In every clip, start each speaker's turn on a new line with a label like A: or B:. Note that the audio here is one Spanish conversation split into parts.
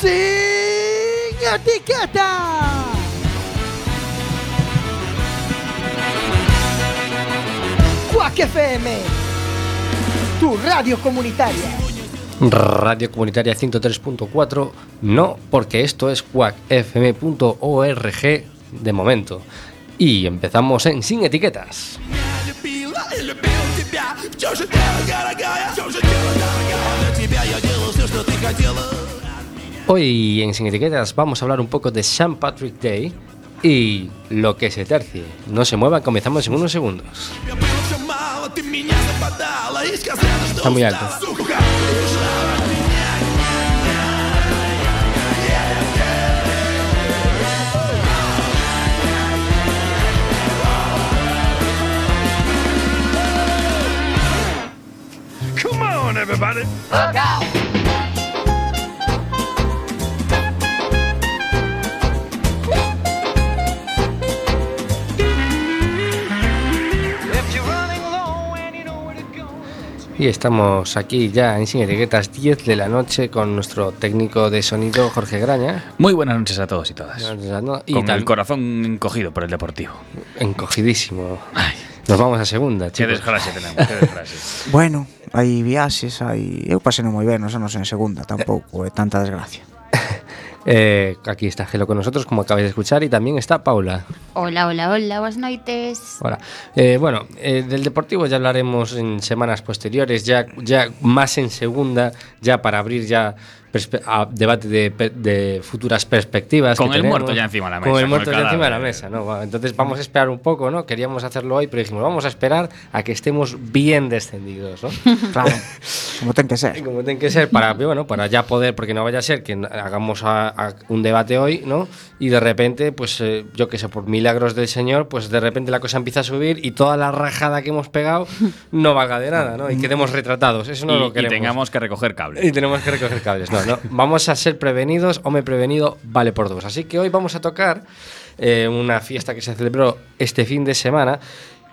A: sin etiqueta. Quack FM, tu radio comunitaria.
B: Radio Comunitaria 103.4, no, porque esto es quackfm.org de momento. Y empezamos en Sin Etiquetas. Hoy en Sin Etiquetas vamos a hablar un poco de St. Patrick Day y lo que se tercie. No se muevan, comenzamos en unos segundos. Está muy alto.
C: Come on, everybody.
B: Y estamos aquí ya en Sin Etiquetas 10 de la noche con nuestro técnico de sonido Jorge Graña.
D: Muy buenas noches a todos y todas.
B: Y
D: Con el
B: tal-
D: corazón encogido por el deportivo.
B: encogidísimo. Nos vamos a segunda,
D: Qué
B: chicos.
D: desgracia tenemos, qué desgracia.
E: Bueno, hai viaxes, hai... Eu pasei moi ben nos anos en
D: Eh.
E: segunda, tampouco é tanta desgracia.
B: Eh, aquí está Gelo con nosotros, como acabáis de escuchar, y también está Paula.
F: Hola, hola, hola, boas noites.
B: Hola. Eh, bueno, eh, del deportivo ya hablaremos en semanas posteriores, ya, ya más en segunda, ya para abrir ya perspe- a debate de, pe- de futuras perspectivas.
D: Con
B: que
D: el
B: tenemos.
D: muerto ya encima de la mesa,
B: Con el
D: con
B: muerto
D: el
B: ya encima de la
D: cadáver.
B: mesa, ¿no? Va, Entonces vamos a esperar un poco, ¿no? Queríamos hacerlo hoy, pero dijimos, vamos a esperar a que estemos bien descendidos, ¿no?
E: Claro, como ten que ser.
B: Como tiene que ser para, bueno, para ya poder, porque no vaya a ser que hagamos a- a un debate hoy, ¿no? Y de repente, pues eh, yo que sé, por milagros del Señor, pues de repente la cosa empieza a subir y toda la rajada que hemos pegado no valga de nada, ¿no? Y quedemos retratados, eso no lo
D: Y, y
B: queremos.
D: tengamos que recoger
B: Y
D: cable.
B: tenemos que recoger cables. No, no. Vamos a ser prevenidos, hombre prevenido vale por dos. Así que hoy vamos a tocar eh, una fiesta que se celebró este fin de semana,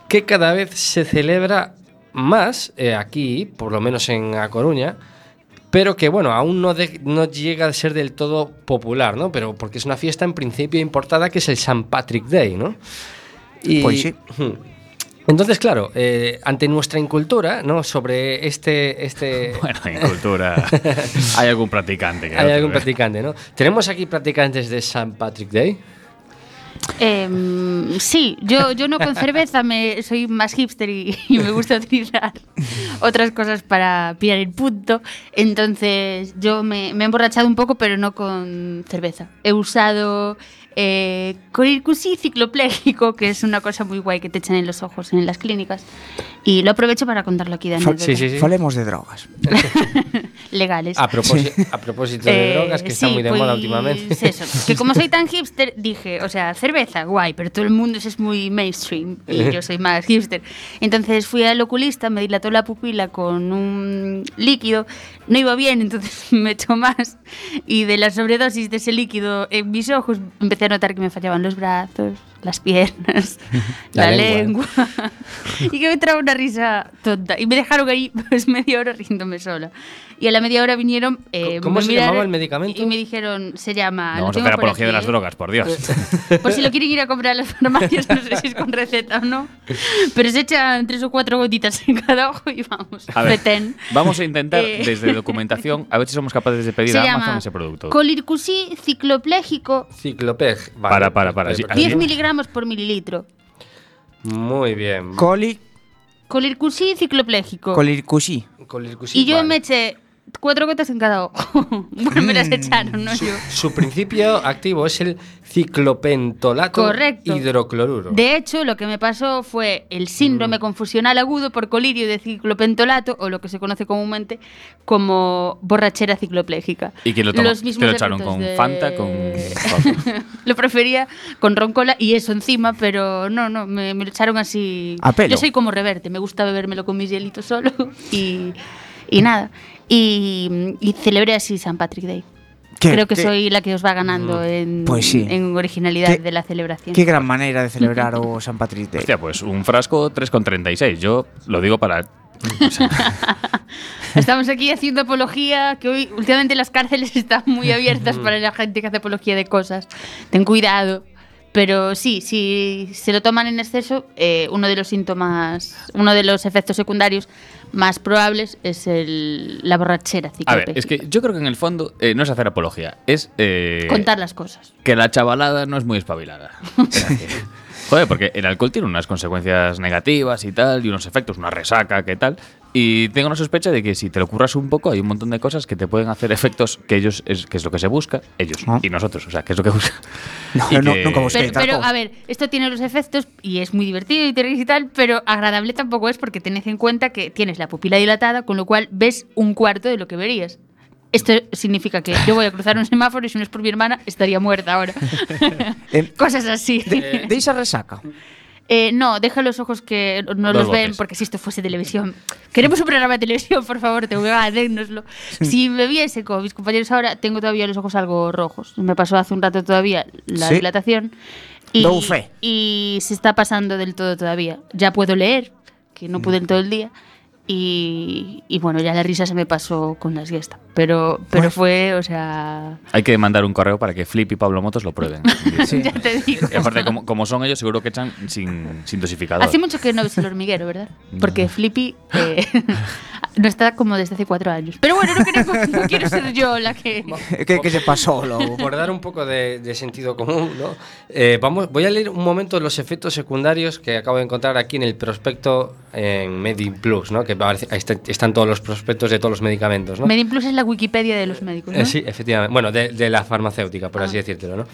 B: que cada vez se celebra más eh, aquí, por lo menos en A Coruña. Pero que bueno, aún no, de- no llega a ser del todo popular, ¿no? Pero porque es una fiesta en principio importada que es el St. Patrick Day, ¿no? Y,
E: Pois sí.
B: Entonces, claro, eh, ante nuestra incultura, ¿no? Sobre este, este,
D: Bueno, en cultura hay algún practicante. Que
B: Hay
D: no
B: algún
D: te ve.
B: practicante, ¿no? Tenemos aquí practicantes de St. Patrick Day.
F: Em, sí, yo, yo no con cerveza, me, soy más hipster y, y me gusta utilizar otras cosas para pillar el punto. Entonces, yo me, me he emborrachado un poco, pero no con cerveza. He usado eh, corircusí cicloplégico, que es una cosa muy guay que te echan en los ojos en las clínicas. Y lo aprovecho para contarlo aquí de
E: Fa-
F: anécdota.
B: sí, Ah, sí.
E: Falemos de drogas.
F: Legales.
B: A, propósito- a propósito de
F: Eh,
B: drogas, que está
F: sí,
B: muy de moda
F: pues
B: últimamente.
F: Eso, que como soy tan hipster, dije, o sea, cerveza, guay, pero todo el mundo eso es muy mainstream y yo soy más hipster. Entonces fui al oculista, me dilató la pupila con un líquido, no iba bien, entonces me echó más y de la sobredosis de ese líquido en mis ojos empecé a notar que me fallaban los brazos, las piernas,
B: La
F: la,
B: lengua.
F: lengua. y que me entraba una risa tonta. Y me dejaron ahí pues media hora riéndome sola. Y a la media hora vinieron... eh,
B: ¿Cómo
F: me
B: se
F: miraron
B: llamaba el medicamento?
F: Y me dijeron, se
D: No
F: llama... Ah, lo
D: vamos a
F: tengo
D: hacer
F: por
D: apología de
F: aquí,
D: las
F: ¿eh?
D: drogas, por Dios.
F: Por si lo quieren ir a comprar a las farmacias, no sé si es con receta o no. Pero se echan tres o cuatro gotitas en cada ojo y vamos.
D: A ver,
F: retén.
D: vamos a intentar
F: Eh.
D: desde documentación a ver si somos capaces de pedir
F: Se
D: a Amazon
F: llama
D: ese producto.
F: colircusí cicloplégico,
B: Ciclopeg.
D: Para, para, para. Sí,
F: 10
D: ¿Alguien?
F: miligramos por mililitro.
B: Muy bien.
E: Coli,
F: Colircusí cicloplégico.
E: colircuxí.
B: Colircusiva.
F: y yo me eché cuatro gotas en cada ojo. bueno, me
D: Mm.
F: las echaron, ¿no? Yo.
B: Su principio activo es el ciclopentolato
F: Correcto.
B: hidrocloruro.
F: De hecho, lo que me pasó fue el
D: Mm.
F: síndrome confusional agudo por colirio de ciclopentolato, o lo que se conoce comúnmente como borrachera cicloplégica.
D: ¿Y quién lo tomó?
F: Los mismos
D: Te lo echaron
F: efectos
D: con
F: de-
D: Fanta, con...
F: lo prefería con roncola y eso encima, pero no, no, me, me lo echaron así.
E: A pelo.
F: Yo soy como reverte, me gusta bebérmelo con mis hielitos solo y, y nada. Y, y celebré así San Patrick Day.
E: Que-
F: Creo que,
E: que-
F: soy la que os va
D: Mm.
F: ganando en,
D: Pues
E: Pois sí.
F: en originalidad
E: Que-
F: de la celebración.
E: Que gran maneira de celebrar o San Patrick Day.
D: Hostia, pues un frasco 3,36. Yo lo digo para
F: Estamos aquí haciendo apología, que hoy últimamente las cárceles están muy abiertas para la gente que hace apología de cosas. Ten cuidado. Pero sí, si se lo toman en exceso, eh, uno de los síntomas, uno de los efectos secundarios más probables es el, la borrachera
D: A ver, es
F: ciclopédica.
D: que yo creo que en el fondo eh, no es hacer apología, es eh,
F: Contar las cosas.
D: que la chavalada no es muy espabilada. Es decir, Joder, porque el alcohol tiene unas consecuencias negativas y tal, y unos efectos, una resaca, que tal. Y tengo una sospecha de que si te lo curras un poco, hay un montón de cosas que te pueden hacer efectos que ellos, es, que es lo que se busca, ellos
E: Ah.
D: y nosotros, o sea, que es lo que busca.
E: No,
D: Y
E: no,
D: que-
E: nunca busqué
F: Pero,
E: tal
F: pero,
E: cosa.
F: a ver, esto tiene los efectos y es muy divertido y te ríes y tal, pero agradable tampoco es porque tenés en cuenta que tienes la pupila dilatada, con lo cual ves un cuarto de lo que verías. Esto significa que yo voy a cruzar un semáforo y si no es por mi hermana estaría muerta ahora.
E: Em,
F: Cosas así.
E: de, de esa resaca.
F: Eh, no, deja los ojos que no
D: Dos
F: los ven,
D: botes.
F: porque si esto fuese televisión. Queremos un programa de televisión, por favor, te voy a dénnoslo. Si me viese con mis compañeros ahora, tengo todavía los ojos algo rojos. Me pasó hace un rato todavía la
E: Sí.
F: dilatación. Y,
E: Dou fe.
F: y se está pasando del todo todavía. Ya puedo leer, que no pude en todo el día. Y, y bueno, ya la risa se me pasó con la siesta. Pero, pero fue, o sea.
D: Hay que mandar un correo para que Flip y Pablo Motos lo prueben.
E: Sí.
F: Ya te digo.
D: Y aparte, como, como son ellos, seguro que echan sin, sin dosificador.
F: Hace mucho que no ves el hormiguero, ¿verdad?
D: No.
F: Porque Flippy eh, no está como desde hace cuatro años. Pero bueno, no, queremos- no quiero ser yo la que...
E: ¿Qué, qué se pasó, lobo?
B: Por dar un poco de, de sentido común, ¿no? Eh, vamos, voy a leer un momento los efectos secundarios que acabo de encontrar aquí en el prospecto en MediPlus, ¿no? Que aparece- ahí está- están todos los prospectos de todos los medicamentos, ¿no?
F: Medin Plus es la Wikipedia de los médicos, ¿no?
B: Eh, sí, efectivamente. Bueno, de, de la farmacéutica,
F: Ah.
B: por así decírtelo, ¿no?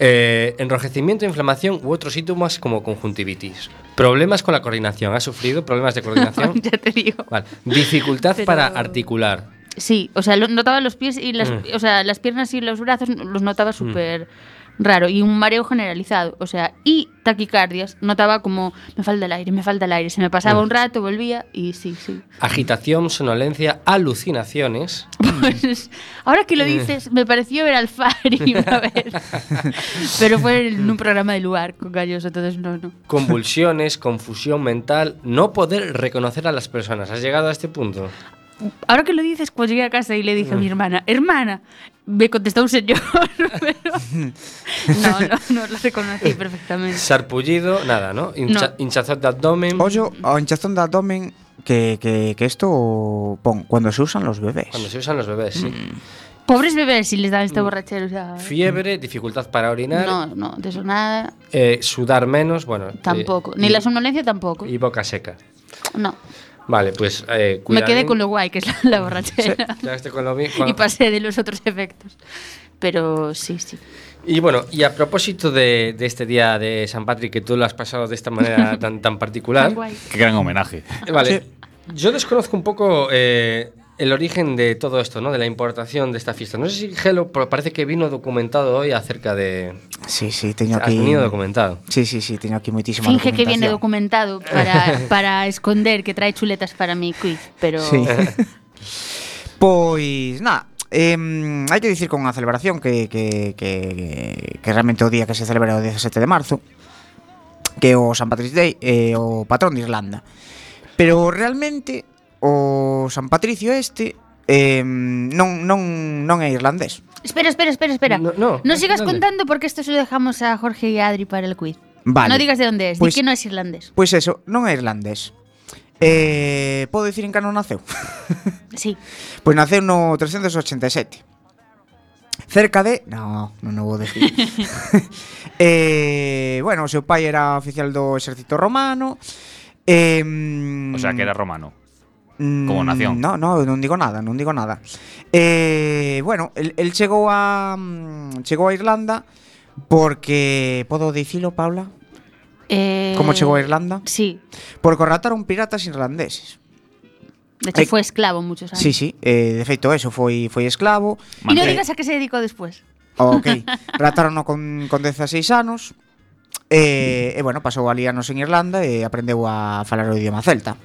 B: Eh, enrojecimiento, inflamación u otros síntomas como conjuntivitis. Problemas con la coordinación. ¿Ha sufrido problemas de coordinación?
F: ya te digo.
B: Vale. Dificultad
F: Pero-
B: para articular.
F: Sí, o sea, lo- notaba los pies y las...
B: Mm.
F: O sea, las piernas y los brazos los notaba súper raro. Y un mareo generalizado, o sea, y taquicardias. Notaba como, me falta el aire, me falta el aire. Se me pasaba
B: Mm.
F: un rato, volvía y sí, sí.
B: Agitación, sonolencia, alucinaciones.
F: Pues, ahora que lo
B: Eh.
F: dices, me pareció ver al Fari una vez. Pero fue en un programa de lugar con Galloso, entonces no, no.
B: convulsiones, confusión mental, no poder reconocer a las personas. ¿Has llegado a este punto?
F: Ahora que lo dices, cuando llegué a casa y le dije a
B: Mm.
F: mi hermana, hermana, me contestó un señor, pero no, no, no lo reconocí perfectamente.
B: Sarpullido, nada, ¿no? Hincha-
F: No.
B: Hinchazón de abdomen.
E: Ollo ao hinchazón de abdomen que, que, que esto pon cuando se usan los bebés.
B: Cuando se usan los bebés, sí.
F: Mm. Pobres bebés si les dan
B: Mm.
F: este borrachero, o sea,
B: Fiebre, dificultad para orinar,
F: no, no, de eso nada,
B: eh, sudar menos, bueno. eh,
F: tampoco.
B: y-
F: Ni la somnolencia tampoco,
B: Y boca seca.
F: no.
B: Vale, pues eh,
F: Me
B: cuidadín.
F: quedé con lo guay que es la, la borrachera.
B: Quedaste con lo bien,
F: y
B: con-
F: pasé de los otros efectos. Pero sí, sí.
B: Y bueno, y a propósito de, de este día de San Patrick, que tú lo has pasado de esta manera tan, tan particular,
F: Tan guay.
D: Qué gran homenaje.
B: Eh, Vale. Yo desconozco un poco eh, el origen de todo esto, ¿no? De la importación de esta fiesta. No sé si Gelo pero parece que vino documentado hoy acerca de.
E: Sí, sí, teño
B: Has
E: aquí.
B: venido documentado.
E: Sí, sí, sí, teño aquí muitísima
F: Finge que viene
E: documentación.
F: documentado para, para esconder que trae chuletas para mi quiz, pero
E: Sí. pois, nada, eh, hai que dicir con a celebración que, que, que, que realmente o día que se celebra é o 17 de marzo que é o San Patrick's Day é o patrón de Irlanda. Pero realmente o San Patricio este eh, non, non, non é irlandés.
F: Espera, espera, espera, espera.
B: No, no, ¿es irlandés?
F: sigas contando porque esto se lo dejamos a Jorge y a Adri para el quiz.
E: Vale. Pues
F: No digas de dónde es,
E: Pois-
F: di que no es irlandés.
E: Pois eso, non é irlandés. Eh, podo dicir en que ano naceu?
F: Sí.
E: Pois naceu no 387. Cerca de... No, non o vou decir. eh, bueno, o seu pai era oficial do exército romano. Eh,
D: O sea, que era romano.
E: Mm,
D: Como nación.
E: No, no, non digo nada, non digo nada. Eh, bueno, el, el chegou a mm, chegou a Irlanda porque podo dicilo, Paula,
F: Eh,
E: como chegou a Irlanda?
F: Sí.
E: Porque o rataron piratas irlandeses.
F: De hecho,
E: Eh,
F: fue esclavo muchos años.
E: Sí, sí, eh, de feito eso foi foi esclavo.
F: Y no
D: Mantén-
F: digas a qué se dedicó después.
E: Ok, ratarono con, con 16 anos E, e bueno, pasou ali anos en Irlanda e aprendeu a falar o idioma celta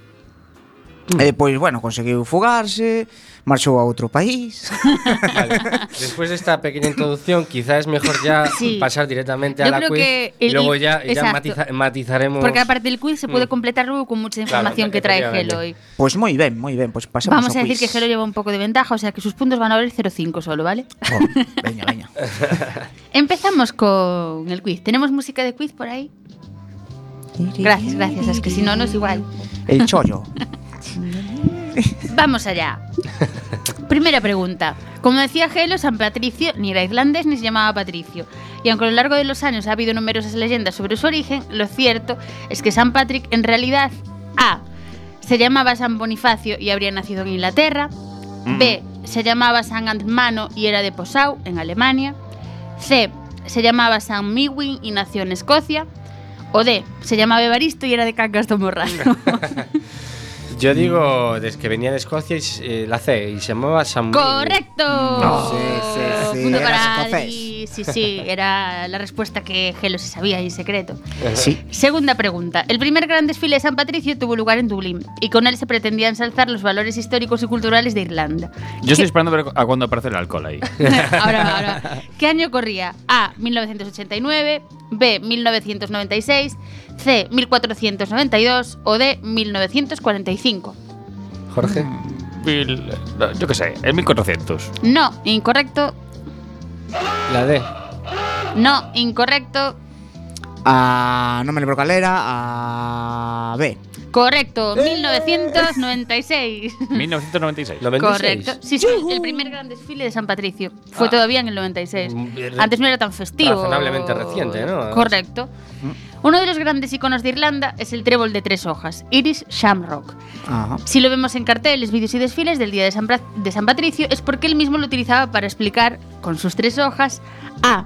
F: Mm.
E: E pois, bueno, conseguiu fugarse, marchou a outro país.
B: Vale. Después de esta pequeña introducción, quizás es mejor ya
F: Sí.
B: pasar directamente a
F: Yo
B: la
F: creo
B: quiz
F: que
B: y
F: el-
B: luego ya, y ya
F: exacto.
B: matiza- matizaremos.
F: Porque aparte del quiz se puede
B: Mm.
F: completar luego con mucha
B: Claro,
F: información que trae
B: efectivamente.
F: Gelo hoy.
E: Pois moi ben, moi ben, pois pasamos
F: Vamos
E: ao
F: a decir
E: quiz.
F: que Gelo lleva un poco de ventaja, o sea que sus puntos van a valer 0,5 solo, ¿vale?
E: Oh, veña, veña.
F: Empezamos con el quiz. ¿Tenemos música de quiz por ahí? Gracias, gracias. Es que si no, no es igual.
E: El chollo.
F: Vamos allá. Primera pregunta. Como decía Gelo, San Patricio ni era irlandés ni se llamaba Patricio. Y aunque a lo largo de los años ha habido numerosas leyendas sobre su origen, lo cierto es que San Patrick en realidad A. Se llamaba San Bonifacio y habría nacido en Inglaterra. B. Se llamaba San Antmano y era de Posau, en Alemania. C. Se llamaba San Miwin y nació en Escocia. O D. Se llamaba Evaristo y era de Cangas de Morrazo.
B: Yo digo desde que venía de Escocia y se- eh, la C y se llamaba San.
F: ¡Correcto!
E: Ah, Sí, sí, sí,
F: Punto
E: era
F: para
E: escocés.
F: Adri. Sí, sí, era la respuesta que Gelo se sabía en secreto.
E: Sí.
F: Segunda pregunta. El primer gran desfile de San Patricio tuvo lugar en Dublín y con él se pretendía ensalzar los valores históricos y culturales de Irlanda.
D: Yo estoy esperando a ver a cuándo aparece el alcohol ahí.
F: ahora, ahora. ¿Qué año corría? A. 1989, B. 1996, C. 1492 o D. 1945.
B: Jorge.
D: Mil- no, Yo qué sé, en 1400.
F: No, incorrecto.
B: La D.
F: No, incorrecto.
E: A non me lembro cal era, a B.
F: Correcto, 1996.
D: 1996.
B: 96.
F: Correcto. Sí, sí, el primer gran desfile de San Patricio. Fue
B: Ah.
F: todavía en el 96.
B: Mm, eh,
F: Antes no era tan festivo.
B: razonablemente reciente, ¿no? Mm.
F: Correcto. Uno de los grandes iconos de Irlanda es el trébol de tres hojas, Iris Shamrock.
E: Ajá.
F: Si lo vemos en carteles, vídeos y desfiles del Día de San, Pra- de San Patricio es porque él mismo lo utilizaba para explicar, con sus tres hojas, A.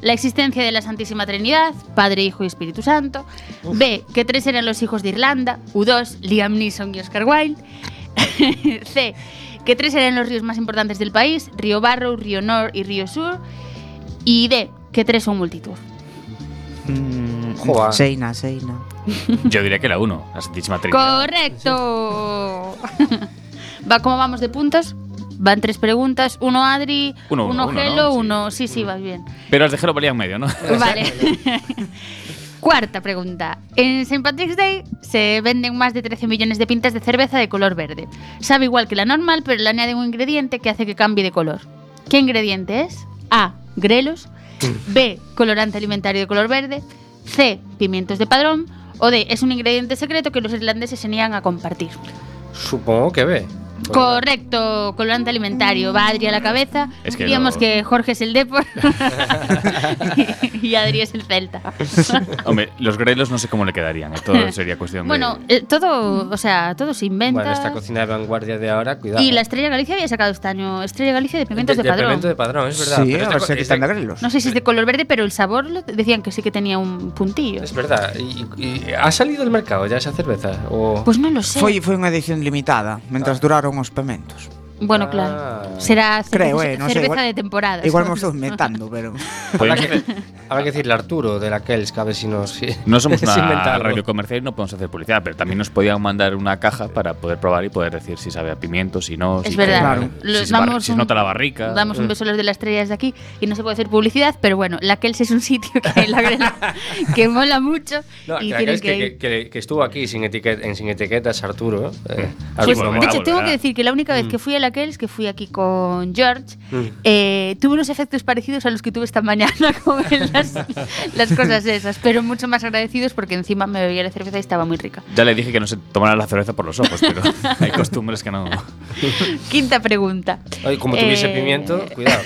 F: La existencia de la Santísima Trinidad, Padre, Hijo y Espíritu Santo. B. Que tres eran los hijos de Irlanda. U2. Liam Neeson y Oscar Wilde. C. Que tres eran los ríos más importantes del país. Río Barrow, Río Nor y Río Sur. Y D. Que tres son multitud.
E: Mm,
B: Joa.
E: Seina, Seina.
D: Yo diría que la 1, la Santísima Trinidad.
F: Correcto. Va, ¿Cómo vamos de puntos? Van tres preguntas. Uno Adri,
D: Uno,
F: uno,
D: uno, uno,
F: Gelo,
D: ¿no? Sí.
F: uno. Sí, sí, vas bien.
D: Pero las de Gelo valían medio, ¿no?
F: Vale. Cuarta pregunta. En St. Patrick's Day se venden más de 13 millones de pintas de cerveza de color verde. Sabe igual que la normal, pero le añaden un ingrediente que hace que cambie de color. ¿Qué ingrediente es? A. Grelos. B. Colorante alimentario de color verde. C. Pimientos de padrón. O D. Es un ingrediente secreto que los irlandeses se niegan a compartir.
B: Supongo que B.
F: Correcto, colorante alimentario. Va Adri a la cabeza.
D: Es que
F: Digamos
D: no-
F: que Jorge es el Depor y Adri es el Celta.
D: Hombre, los grelos no sé cómo le quedarían. ¿eh? Todo sería cuestión
F: Bueno,
D: de.
F: eh, todo, o sea, todo se inventa.
B: Bueno, esta cocina de vanguardia de ahora, cuidado.
F: y la Estrella Galicia había sacado este año Estrella Galicia de pimientos de, padrón.
B: pimiento de padrón, es verdad.
E: Sí,
B: pero esta
E: ahora
B: co-
E: se
B: esta-
E: quitan de grelos.
F: No sé si es de color verde, pero el sabor lo- decían que sí que tenía un puntillo.
B: Es verdad. Y, y- ¿Ha salido del mercado ya esa cerveza? O...
F: Pues no lo sé.
E: Foi foi unha edición limitada, mentras duraron os pementos.
F: Bueno, claro. Será cerveza,
E: Ah. Creo, eh, no sé,
F: cerveza
E: igual-
F: de temporada.
E: Igual
F: supongo.
E: me estou inventando, pero
B: habrá, que,
D: Podemos-
B: habrá que decirle a Arturo de la Kells, que a ver si nos. si-
D: No somos
B: se
D: una
B: inventa algo.
D: radio comercial y no podemos hacer publicidad, pero también nos podían mandar una caja para poder probar y poder decir si sabe a pimiento, si no,
F: Es
D: si
F: verdad.
E: Claro.
D: si,
F: Los
D: se barri-
F: damos
D: si se
F: un-
D: nota la barrica. eh.
F: Damos un beso a los de las estrellas de aquí y no se puede hacer publicidad, pero bueno, la Kels es un sitio que, la verdad, que mola mucho.
B: No,
F: y
B: que, la
F: tienen
B: Kells que,
F: que ir.
B: que- que- que estuvo aquí sin, etiquet- en sin etiquetas Arturo. eh,
F: Pues,
B: algún
D: bueno,
F: de
B: momento.
D: bravo,
F: hecho, tengo
D: ¿verdad?
F: que decir que la única
D: Mm.
F: vez que fui a la Kels, que fui aquí con George,
B: Mm.
F: eh, tuve unos efectos parecidos a los que tuve esta mañana con las, las cosas esas, pero mucho más agradecidos porque encima me bebía la cerveza y estaba muy rica.
D: Ya le dije que no se tomara la cerveza por los ojos, pero hay costumbres que no.
F: Quinta pregunta.
B: Ay, como tuviese
F: Eh,
B: pimiento, cuidado.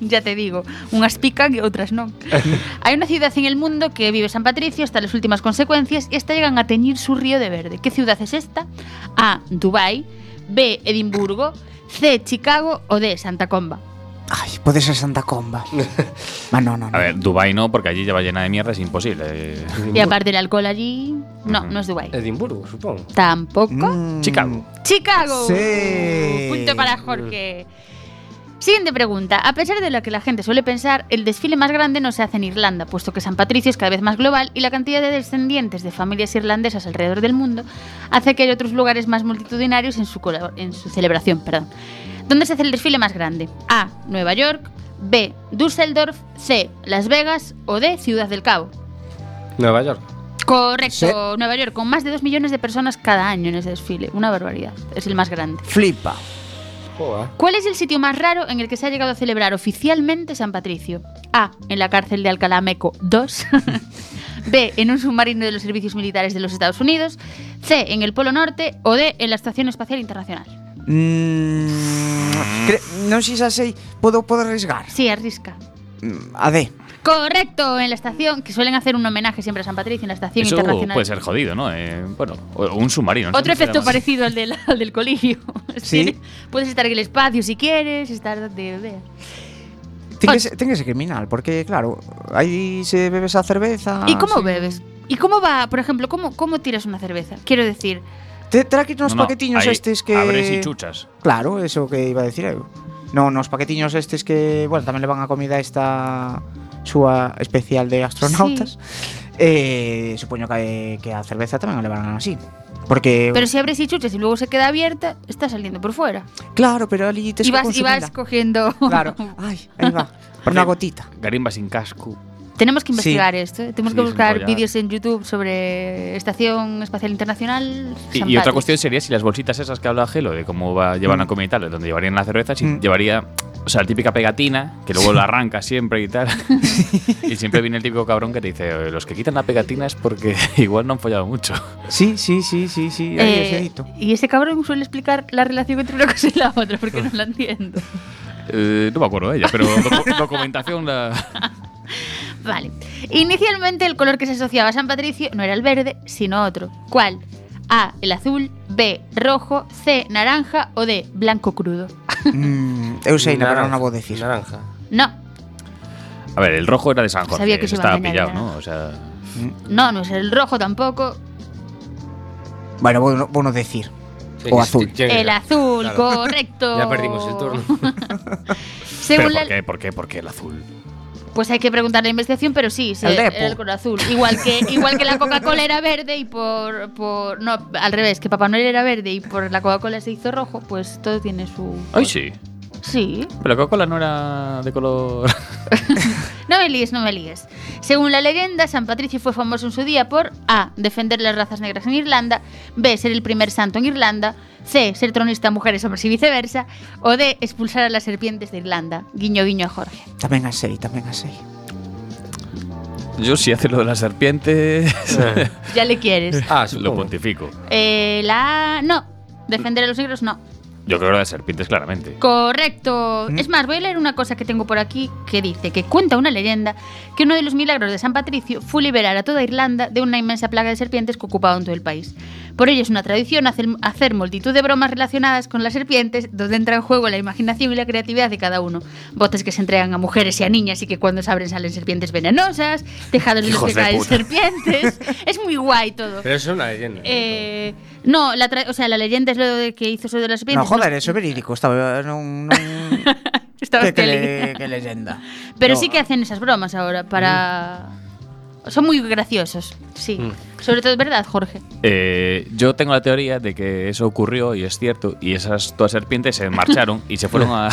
F: ya te digo, unas pican y otras no. Hay una ciudad en el mundo que vive San Patricio hasta las últimas consecuencias y hasta llegan a teñir su río de verde. ¿Qué ciudad es esta? A. Dubai, B. Edimburgo, C. Chicago o D. Santa Comba.
E: ai, pode ser Santa Comba. Ma no, no, no.
D: A ver, Dubai no, porque allí lleva llena de mierda, es imposible. eh.
F: Y aparte el alcohol allí, no, no es Dubai.
B: Edimburgo, supongo.
F: Tampoco.
E: Mm,
D: Chicago.
F: Chicago.
E: Sí.
F: Punto para Jorge. Siguiente pregunta. A pesar de lo que la gente suele pensar, el desfile más grande no se hace en Irlanda, puesto que San Patricio es cada vez más global y la cantidad de descendientes de familias irlandesas alrededor del mundo hace que haya otros lugares más multitudinarios en su, colab- en su celebración. Perdón. ¿Dónde se hace el desfile más grande? A. Nueva York. B. Düsseldorf. C. Las Vegas. O D. Ciudad del Cabo.
B: Nueva York.
F: Correcto,
E: Sí.
F: Nueva York, con más de 2 millones de personas cada año en ese desfile. Una barbaridad. Es el más grande.
E: Flipa.
B: Joder.
F: ¿Cuál es el sitio más raro en el que se ha llegado a celebrar oficialmente San Patricio? A. En la cárcel de Alcalá Meco 2. B. En un submarino de los servicios militares de los Estados Unidos. C. En el Polo Norte. O D. En la Estación Espacial Internacional.
E: Mm, cre- non sei se sei, podo podo arriscar.
F: Sí, arrisca.
E: Mm, A D.
F: Correcto, en la estación, que suelen hacer un homenaje siempre a San Patricio en la Estación
D: Eso
F: Internacional.
D: puede ser jodido, ¿no? Eh, bueno, o- o un submarino. no sé
F: Otro
D: cómo se
F: efecto
D: llama.
F: parecido al del, al del colegio.
E: Sí.
F: Tienes- Puedes estar en el espacio si quieres, estar donde donde.
E: Ten
F: Ah.
E: que, ser, ten que ser criminal, porque claro, aí se bebe esa
D: Ah,
E: cerveza.
F: ¿Y cómo
E: sí.
F: bebes? ¿Y cómo va, por ejemplo, cómo, cómo tiras una cerveza? Quiero decir,
E: Te tra aquí nos
D: No, no,
E: paquetiños
D: ahí
E: estes que
D: Abres y chuchas.
E: Claro, eso que iba a decir eu. No, nos paquetiños estes que, bueno, tamén levan a comida esta súa especial de astronautas. Eh, supoño que, que a cerveza tamén a levarán así. Porque
F: pero si abres y chuchas y luego se queda abierta, está saliendo por fuera.
E: claro, pero ali tes
F: Y
E: que
F: vas, y
E: consumirla.
F: vas cogiendo.
E: Claro. Ay, ahí va. Una gotita.
D: Garimba sin casco.
F: Tenemos que
E: Sí.
F: investigar esto. ¿eh? Tenemos
D: Sí,
F: que
D: es un
F: buscar
D: rollar.
F: vídeos en YouTube sobre Estación Espacial Internacional. San
D: Y, y otra
F: Patrick.
D: cuestión sería si las bolsitas esas que habla Gelo, de cómo va, llevan
F: Mm.
D: la comida y tal, de donde llevarían la cerveza, si
E: Mm.
D: llevaría, o sea, la típica pegatina, que luego la arranca siempre y tal. y siempre viene el típico cabrón que te dice, "Eh, los que quitan la pegatina es porque igual no han follado mucho.
E: Sí, sí, sí, sí, sí. Ahí
F: Eh,
E: ese dito.
F: y ese cabrón suele explicar la relación entre una cosa y la otra porque no la entiendo.
D: Eh, no me acuerdo de ella, pero docu- documentación la...
F: Vale. Inicialmente el color que se asociaba a San Patricio no era el verde, sino otro. ¿Cuál? A, el azul, B, rojo, C, naranja o D, blanco crudo.
E: Mm, eu sei, na verdade non a vou decir.
B: Naranja.
F: No,
D: A ver, el rojo era de San Jorge,
F: Sabía que
D: eso
F: se iba a
D: estaba
F: engañar,
D: pillado,
F: ¿no?
D: ¿no? O sea,
F: no, no es el rojo tampoco.
E: Bueno, vou, no- vou no decir.
B: Sí,
E: O
B: sí,
E: azul.
B: sí,
F: el azul,
B: Claro.
F: correcto.
B: Ya perdimos el turno.
D: ¿pero
F: Según
D: por
F: la-
D: qué? ¿Por qué? ¿Por qué el azul?
F: Pues hay que preguntar la investigación, pero sí, sí
E: El
F: era
E: Depo.
F: el color azul. Igual que, igual que la Coca-Cola era verde y por, por. No, al revés, que Papá Noel era verde y por la Coca-Cola se hizo rojo, pues todo tiene su.
D: Ay, sí.
F: Sí.
D: Pero la Coca-Cola no era de color...
F: No me líes, no me líes. Según la leyenda, San Patricio fue famoso en su día por A. Defender las razas negras en Irlanda, B. Ser el primer santo en Irlanda, C. Ser tronista a mujeres, hombres y viceversa, o D. Expulsar a las serpientes de Irlanda. Guiño, guiño a Jorge.
E: Tamén a sei, tamén a sei.
D: Yo sí hace lo de las serpientes,
F: Ya le quieres.
B: Ah,
D: lo
B: supongo.
D: pontifico.
F: Eh, la A, no. Defender a los negros, no.
D: Yo creo que las serpientes, claramente.
F: Correcto. Es más, voy a leer una cosa que tengo por aquí que dice que cuenta una leyenda que uno de los milagros de San Patricio fue liberar a toda Irlanda de una inmensa plaga de serpientes que ocupaba en todo el país. Por ello es una tradición hacer, hacer multitud de bromas relacionadas con las serpientes, donde entra en juego la imaginación y la creatividad de cada uno. Botes que se entregan a mujeres y a niñas y que cuando se abren salen serpientes venenosas, tejados de los
B: Hijos
F: que
B: de
F: caen
B: puta.
F: serpientes. es muy guay todo.
B: Pero eso es una leyenda.
F: Eh, no, la tra- o sea, la leyenda es lo de que hizo eso de las
E: No,
F: serpientes.
E: joder, eso é verídico. Estaba, non, non...
F: Estaba
E: que, que, le,
F: feliz.
E: que leyenda.
F: Pero
E: No. Mm.
F: sí que hacen esas bromas ahora para... Son muy graciosos, sí. Sobre todo, ¿verdad, Jorge?
D: Eh, yo tengo la teoría de que eso ocurrió y es cierto, y esas todas serpientes se marcharon y se fueron a,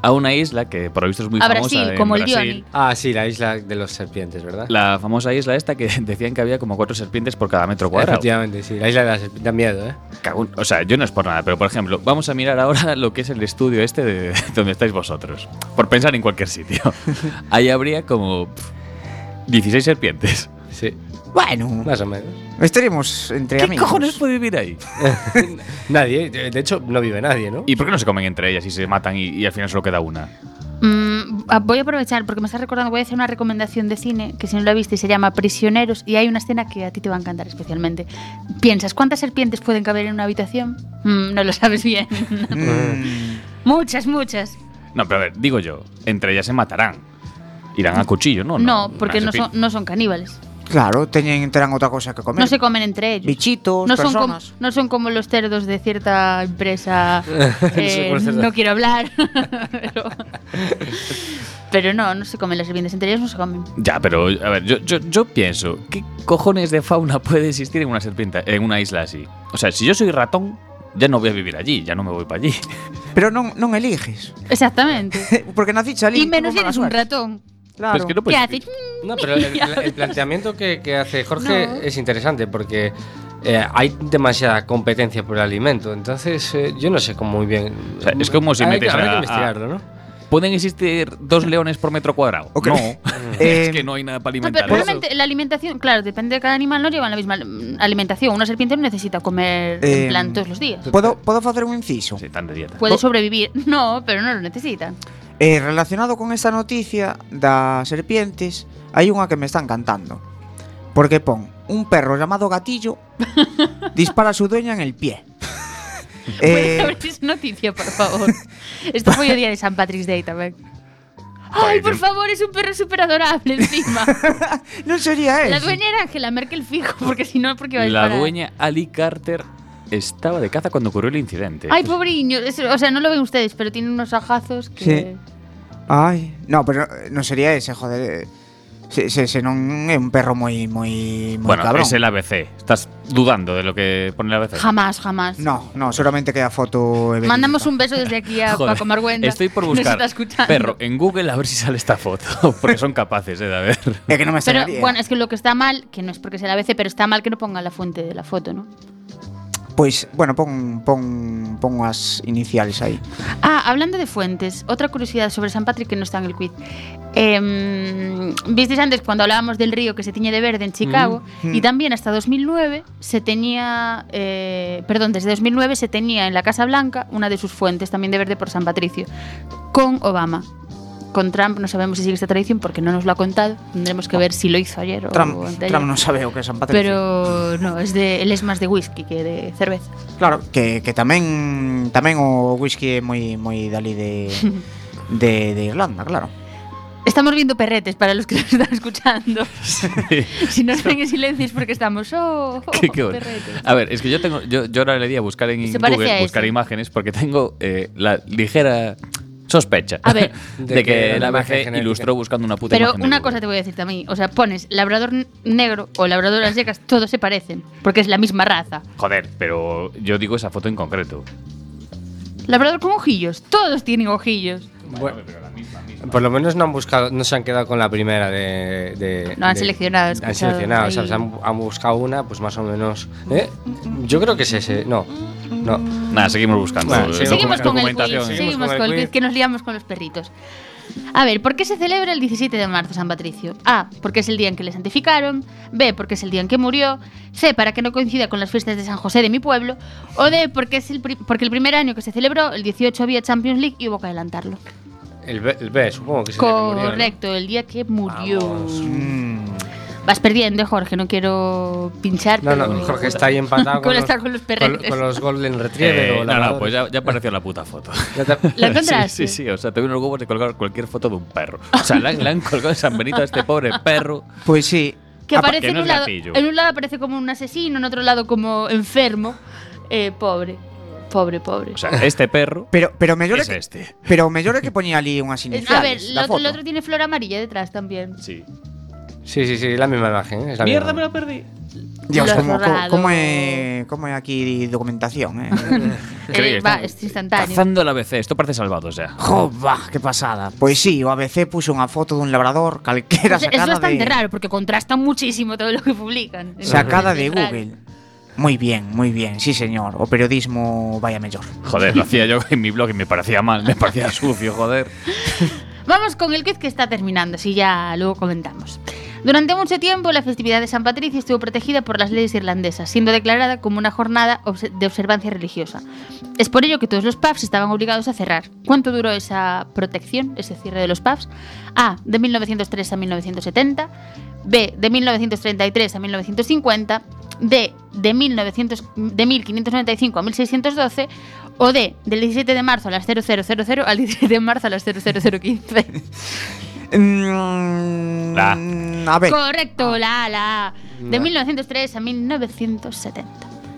D: a una isla que por lo visto es muy
F: A
D: famosa.
F: Brasil,
D: en
F: como el
D: Brasil.
F: Dioni.
B: Ah, sí, la isla de los serpientes, ¿verdad?
D: La famosa isla esta que decían que había como cuatro serpientes por cada metro cuadrado.
B: Efectivamente, sí. La isla de las serpientes. Da miedo, ¿eh?
D: Cagún. O sea, yo no es por nada, pero por ejemplo, vamos a mirar ahora lo que es el estudio este de donde estáis vosotros. Por pensar en cualquier sitio. Ahí habría como pff, 16 serpientes.
B: Sí,
E: Bueno,
B: más o menos.
E: estaremos entre
D: ¿Qué
E: amigos.
D: cojones puede vivir ahí?
B: nadie, de de hecho, no vive nadie, ¿no?
D: ¿Y por qué no se comen entre ellas y se matan y, y al final solo queda una?
F: Mm, ah, voy a aprovechar porque me estás recordando, voy a hacer una recomendación de cine que si no la viste se llama Prisioneros y hay una escena que a ti te va a encantar especialmente. ¿Piensas cuántas serpientes pueden caber en una habitación? Mm, no lo sabes bien.
E: Mm,
F: muchas, muchas.
D: No, pero a ver, digo yo, entre ellas se matarán. Irán a cuchillo, ¿no?
E: Oh,
F: No, porque
D: Una
F: no
D: serpi-
F: son, no son caníbales.
E: Claro, teñen, terán outra cosa que comer.
F: No se comen entre ellos.
E: Bichitos,
F: no son, como,
E: personas.
F: no son como los cerdos de cierta empresa. eh,
B: No son como los cerdos.
F: no quiero hablar. pero, pero no, no se comen las serpientes entre ellos, no se comen.
D: Ya, pero a ver, yo, yo, yo pienso, ¿qué cojones de fauna puede existir en una serpiente, en una isla así? O sea, si yo soy ratón, ya no voy a vivir allí, ya no me voy para allí.
E: Pero non, non eliges.
F: Exactamente.
E: Porque naciste ali.
F: y menos si
E: tuvo mala
F: eres un
E: suerte.
F: ratón.
E: Claro.
D: Pero es que no
F: ¿Qué
D: puedes
F: haces?
D: vivir.
B: No, pero el,
F: Y
B: el- el
F: hablas.
B: planteamiento que, que hace Jorge
F: No.
B: es interesante porque eh, hay demasiada competencia por el alimento. Entonces, eh, yo no sé cómo muy bien.
D: O sea, es como si
B: Hay que-
D: metes
B: habrá que
D: a-
B: investigarlo, ¿no?
D: ¿Pueden existir dos leones por metro cuadrado?
E: Ok.
D: No. es
E: Eh,
D: que no hay nada para
F: No,
D: alimentar.
F: pero realmente la alimentación, claro, depende de cada animal, no llevan la misma mm, alimentación. Una serpiente no necesita comer
E: Eh,
F: en plan todos los días.
E: Podo, podo facer un inciso?
D: Sí, tan de dieta.
F: Puede sobrevivir. No, pero no lo necesita.
E: Eh, relacionado con esta noticia das serpientes, hai unha que me está encantando. Porque pon un perro llamado Gatillo dispara a su dueña en el pie.
F: ¿Puedes
E: eh,
F: abrir esa noticia, por favor? Esto fue el día de San Patrick's Day también. Ay, por favor, es un perro súper adorable encima.
E: non sería
F: La
E: ese.
F: dueña era Angela Merkel fijo, porque si no, porque iba a
D: La
F: disparar.
D: dueña Ali Carter estaba de caza cuando ocurrió el incidente.
F: Ay, pobreño. Es- O sea, no lo ven ustedes, pero tiene unos ajazos que...
E: Sí. Ai, no, pero non sería ese, joder. Se, se, se non é un perro moi moi moi
D: bueno,
E: cabrón.
D: es el ABC. Estás dudando de lo que pone el ABC.
F: Jamás, jamás.
E: No, no, seguramente que a foto é
F: Mandamos
E: verídica.
F: un beso desde aquí a
D: Joder,
F: Paco Margüenda.
D: Estoy por
F: Nos
D: buscar
F: está escuchando.
D: perro en Google a ver si sale esta foto, porque son capaces eh, de haber.
E: É que non me
F: Pero
E: extrañaría.
F: bueno, es que lo que está mal, que no es porque sea la ABC, pero está mal que no ponga la fuente de la foto, ¿no?
E: Pois, bueno, pon pon pon as iniciales aí.
F: Ah, hablando de fuentes, otra curiosidad sobre San Patrick que no está en el quiz. Em, Visteis antes cuando hablábamos del río que se tiñe de verde en Chicago
E: Mm.
F: y también hasta 2009 se tenía, eh, perdón, desde 2009 se tenía en la Casa Blanca una de sus fuentes también de verde por San Patricio con Obama. Con Trump no sabemos si sigue esta tradición porque no nos lo ha contado. Tendremos que ver si lo hizo ayer o
E: Trump,
F: anteayer.
E: Trump non sabe o que é San Patricio.
F: Oh, Pero no, es de, él es más de whisky que de cerveza.
E: Claro, que, que tamén tamén o whisky é moi moi dali de de, de Irlanda, claro.
F: Estamos viendo perretes para los que nos están escuchando. si nos ven en silencio es porque estamos. Oh, oh,
D: Qué- qué bueno. Ah,
F: perretes.
D: A ver, es que yo tengo, yo, yo ahora le di a buscar en
F: Se parece
D: Google,
F: a
D: buscar
F: ese.
D: imágenes, porque tengo eh, la ligera sospecha
F: A ver.
D: de,
B: De que
D: que,
B: era
D: la
B: una imagen
D: ABC
B: genética.
D: ilustró buscando una puta
F: Pero
D: imagen de
F: una
D: Google.
F: cosa te voy a decir también. O sea, pones labrador n- negro o labrador a las secas, todos se parecen. Porque es la misma raza.
D: Joder, pero yo digo esa foto en concreto.
F: Labrador con ojillos, todos tienen ojillos.
B: Bueno, Por lo menos no han buscado, no se han quedado con la primera de. de-
F: No, han
B: de-
F: seleccionado, he
B: Han
F: escuchado
B: seleccionado, o sea,
F: ahí.
B: se han, han buscado una, pues más o menos. ¿eh? Yo creo que es ese, no. No.
D: Nada, seguimos buscando.
B: Bueno,
D: eh,
B: seguimos
F: Mm. Seguimos con el quiz,
D: documentación.
B: Seguimos
F: seguimos
B: con el
F: con el
B: quiz.
F: quiz, que nos liamos con los perritos. A ver, ¿por qué se celebra el 17 de marzo San Patricio? A, porque es el día en que le santificaron, B, porque es el día en que murió, C, para que no coincida con las fiestas de San José de mi pueblo, o D, porque, es el, pri- porque el primer año que se celebró, el 18 había Champions League y hubo que adelantarlo.
B: El B, el B, supongo que es el que murió, ¿no?
F: Correcto, el día que murió.
B: Vamos.
E: Mm,
F: Vas perdiendo, Jorge, no quiero pinchar.
B: No, no,
F: pero-
B: Jorge está ahí empatado
F: Con
B: con, los,
F: está con los
B: con,
F: perretes.
B: con los Golden Retriever.
D: Eh,
B: o
D: no, no,
B: labradores.
D: pues ya, ya apareció la puta foto.
B: Ya te-
F: ¿La encontraste?
D: Sí, sí, sí, o sea, te vino los huevos de colgar cualquier foto de un perro. O sea, le han, le han colgado en San Benito a este pobre perro.
E: Pois sí.
F: Que
D: Apa-
F: aparece
D: Ah, que no
F: en, un
D: es
F: lado,
D: gatillo.
F: en un lado aparece como un asesino, en otro lado como enfermo. Eh, pobre, pobre, pobre.
D: O sea, este perro
E: Pero pero mellor é
D: es
E: que
D: este.
E: pero mellor é que poñía ali unhas
F: Eh, a ver,
E: iniciales
F: el
E: da foto.
F: otro, el otro tiene flor amarilla detrás también.
D: Sí.
B: sí, sí, sí, la misma imagen. Es la misma.
D: perdí.
E: Dios,
F: Lo
E: como, como,
F: cerrado.
E: como é como é aquí documentación, eh.
F: Eh,
D: Increíble,
F: va,
D: está-
F: es instantáneo.
D: Cazando la ABC, esto parece salvado, o sea.
E: Jova, que pasada. Pois sí, o ABC puxo unha foto dun labrador calquera
F: Pues es
E: sacada
F: bastante
E: de
F: raro porque contrasta muchísimo todo lo que publican.
E: sacada de
F: Es raro.
E: Google. Moi bien, moi bien. Sí, señor. O periodismo vai a mellor.
D: Joder, lo hacía yo en mi blog y me parecía mal, me parecía sucio, joder.
F: Vamos con el quiz que está terminando, si ya luego comentamos. Durante mucho tiempo, la festividad de San Patricio estuvo protegida por las leyes irlandesas, siendo declarada como una jornada obse- de observancia religiosa. Es por ello que todos los pubs estaban obligados a cerrar. ¿Cuánto duró esa protección, ese cierre de los pubs? A. De 1903 a 1970. B. De 1933 a 1950. D. De, 1900 de 1595 a 1612. O D. Del 17 de marzo a las 0000 al 17 de marzo a las 00015.
E: Mm,
D: La.
E: A ver.
F: Correcto, la, la. De 1903 a 1970.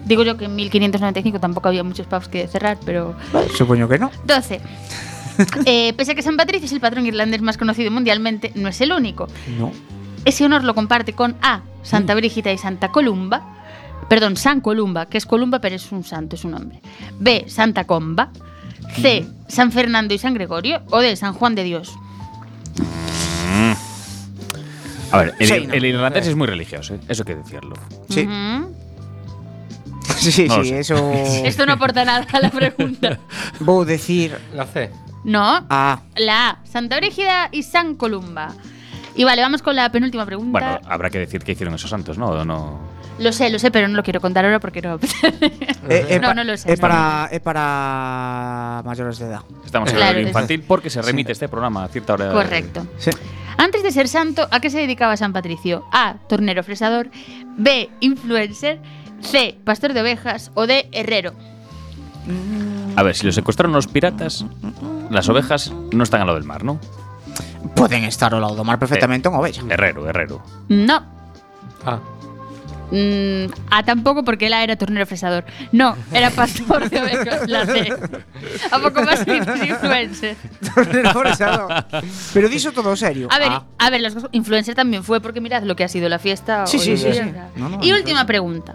F: Digo yo que en 1595 tampoco había muchos pubs que cerrar, pero.
E: Bueno, Supongo que no.
F: 12. Eh, pese a que San Patricio es el patrón irlandés más conocido mundialmente, no es el único.
E: No.
F: Ese honor lo comparte con A, Santa Brígida y Santa Columba. Perdón, San Columba, que es Columba, pero es un santo, es un hombre. B, Santa Comba. C, San Fernando y San Gregorio. O D, San Juan de Dios.
D: A ver, el,
E: Sí, no.
D: el irlandés es muy religioso, ¿eh? eso hay que decirlo.
E: Sí,
F: Ujú.
E: sí, sí,
D: No lo
E: sí,
D: sé.
E: eso.
F: Esto no aporta nada a la pregunta.
E: Voy a decir.
B: La C.
F: No.
E: Ah,
F: La A, Santa Brígida y San Columba. Y vale, vamos con la penúltima pregunta.
D: Bueno, habrá que decir que hicieron esos santos, ¿no? ¿O no?
F: Lo sé, lo sé, pero no lo quiero contar ahora porque no.
E: eh, eh,
F: No,
E: pa-
F: no lo sé,
E: Es
F: no.
E: para, es para mayores de edad.
D: Estamos en
F: Claro,
D: el
F: es-
D: infantil porque se remite este programa a cierta hora. de-
F: Correcto.
E: Sí.
F: Antes de ser santo, ¿a qué se dedicaba San Patricio? A. Tornero fresador. B. Influencer. C. Pastor de ovejas. O D. Herrero.
D: A ver, si los secuestraron los piratas, las ovejas no están al lado del mar, ¿no?
E: Pueden estar ao lado do mar perfectamente unha ovella.
D: Herrero, herrero.
F: No.
B: Ah.
F: Mm, a tampoco porque él era tornero fresador. No, era pastor de ovejas. La C. A poco más que influencer.
E: Pero diso todo serio. Ah,
F: A ver, a ver, los influencer también fue porque mirad lo que ha sido la fiesta.
E: Sí,
F: hoy
E: sí,
F: en
E: sí,
F: día.
E: sí. No, no,
F: y
E: no,
F: última pregunta.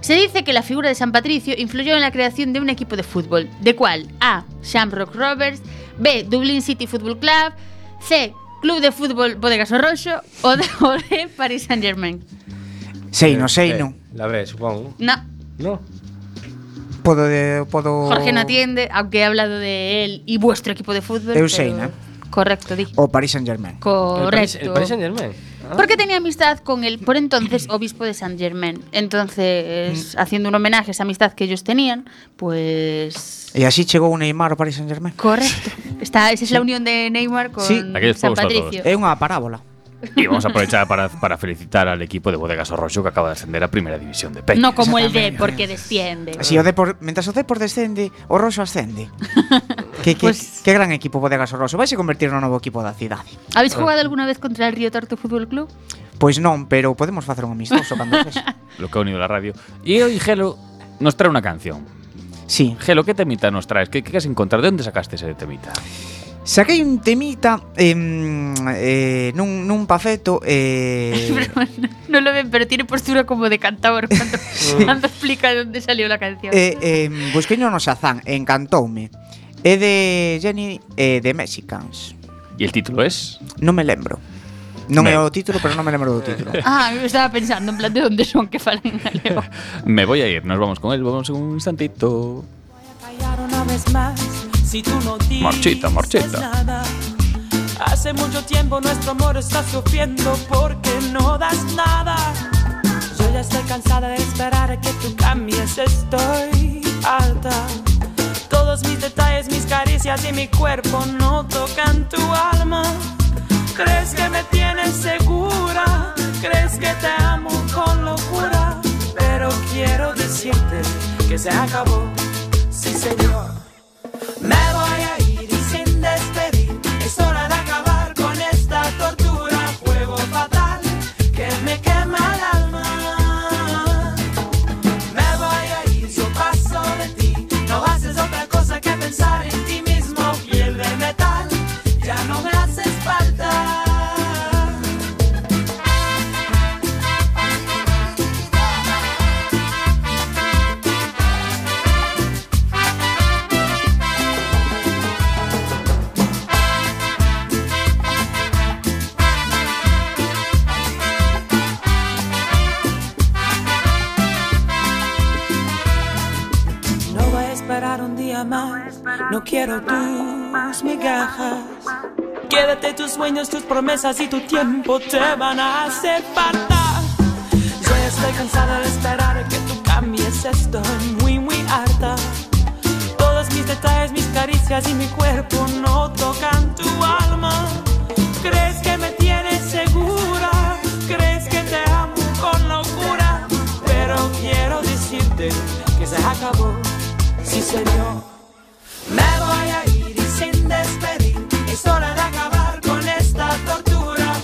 F: Se dice que la figura de San Patricio influyó en la creación de un equipo de fútbol. ¿De cuál? A. Shamrock Rovers. B. Dublin City Football Club. C. Club de Fútbol Bodegas Orrocho. O D. o D, Paris Saint Germain.
B: Eh,
E: Sei, non sei,
B: eh,
E: non.
B: La B, supongo.
F: No.
B: No.
E: Podo de, podo
F: Jorge no atiende, aunque he hablado de él y vuestro equipo de fútbol.
E: Eu sei,
F: pero-
E: ¿no?
F: Correcto, di.
E: O Paris Saint-Germain.
B: El Paris,
F: Correcto.
B: el Paris Ah. Saint Germain.
E: Ah.
F: Porque tenía amistad con el por entonces obispo de Saint Germain.
E: Mm.
F: Entonces, haciendo un homenaje a esa amistad que ellos tenían, pues.
E: E así chegou o Neymar ao Paris Saint-Germain.
F: Correcto. Está, esa es la unión de Neymar con
E: Sí.
D: Aquellos
F: San
D: pueblos a todos.
F: Patricio.
E: É unha parábola.
D: Y vamos a aprovechar para, para felicitar al equipo de Bodegas Orrocho que acaba de ascender a Primera División de Peña.
F: No como el de porque desciende.
E: Si o Depor, mentras o Depor descende, o Rosso ascende. que, que,
F: Pues-
E: que gran equipo Bodegas o Rosso. Vai se convertir no novo equipo da cidade.
F: ¿Habéis
E: Ah.
F: jugado alguna vez contra el Río Torto Fútbol Club?
E: Pois non, pero podemos facer un amistoso cando sexa.
D: Lo que ha unido la radio. Y hoy Gelo nos trae una canción.
E: Sí.
D: Gelo, ¿qué temita nos traes? ¿Qué, qué has encontrado? ¿De dónde sacaste ese temita?
E: Saquei un temita em, eh, nun, nun pafeto eh,
F: Pero no, no lo ven, pero tiene postura como de cantador cuando, cuando explica de dónde salió la canción.
E: eh, em, Busquei no Shazam, encantoume É de Jenny eh, de Mexicans
D: Y el título es.
E: Non me lembro Non é
D: Ben.
E: o título, pero non me lembro do título
F: Ah, yo estaba pensando en plan de dónde son que falan en galego.
E: pues
D: Me voy a ir, nos vamos con él, vamos un instantito.
G: Callar una vez más, si tú no dices
D: Marchita, marchita.
G: nada. Hace mucho tiempo nuestro amor está sufriendo porque no das nada. Yo ya estoy cansada de esperar a que tú cambies, estoy alta. Todos mis detalles, mis caricias y mi cuerpo no tocan tu alma. ¿Crees que me tienes segura? ¿Crees que te amo con locura? Pero quiero decirte que se acabó, sí señor. Me voy a ir y sin despedir. Es hora de acabar con esta tortura, juego fatal que me quema el alma. Me voy a ir, yo paso de ti. No haces otra cosa que pensar en ti mismo, piel de metal. Ya no me haces falta. No voy a esperar un día más. No quiero tus migajas. Quédate tus sueños, tus promesas y tu tiempo te van a hacer falta. Yo ya estoy cansada de esperar a que tú cambies. Estoy muy, muy harta. Todos mis detalles, mis caricias y mi cuerpo no tocan tu alma. ¿Crees que me tienes segura? ¿Crees que te amo con locura? Pero quiero decirte que se acabó, sí señor. Me voy a ir y sin despedir. Es hora de acabar con esta tortura.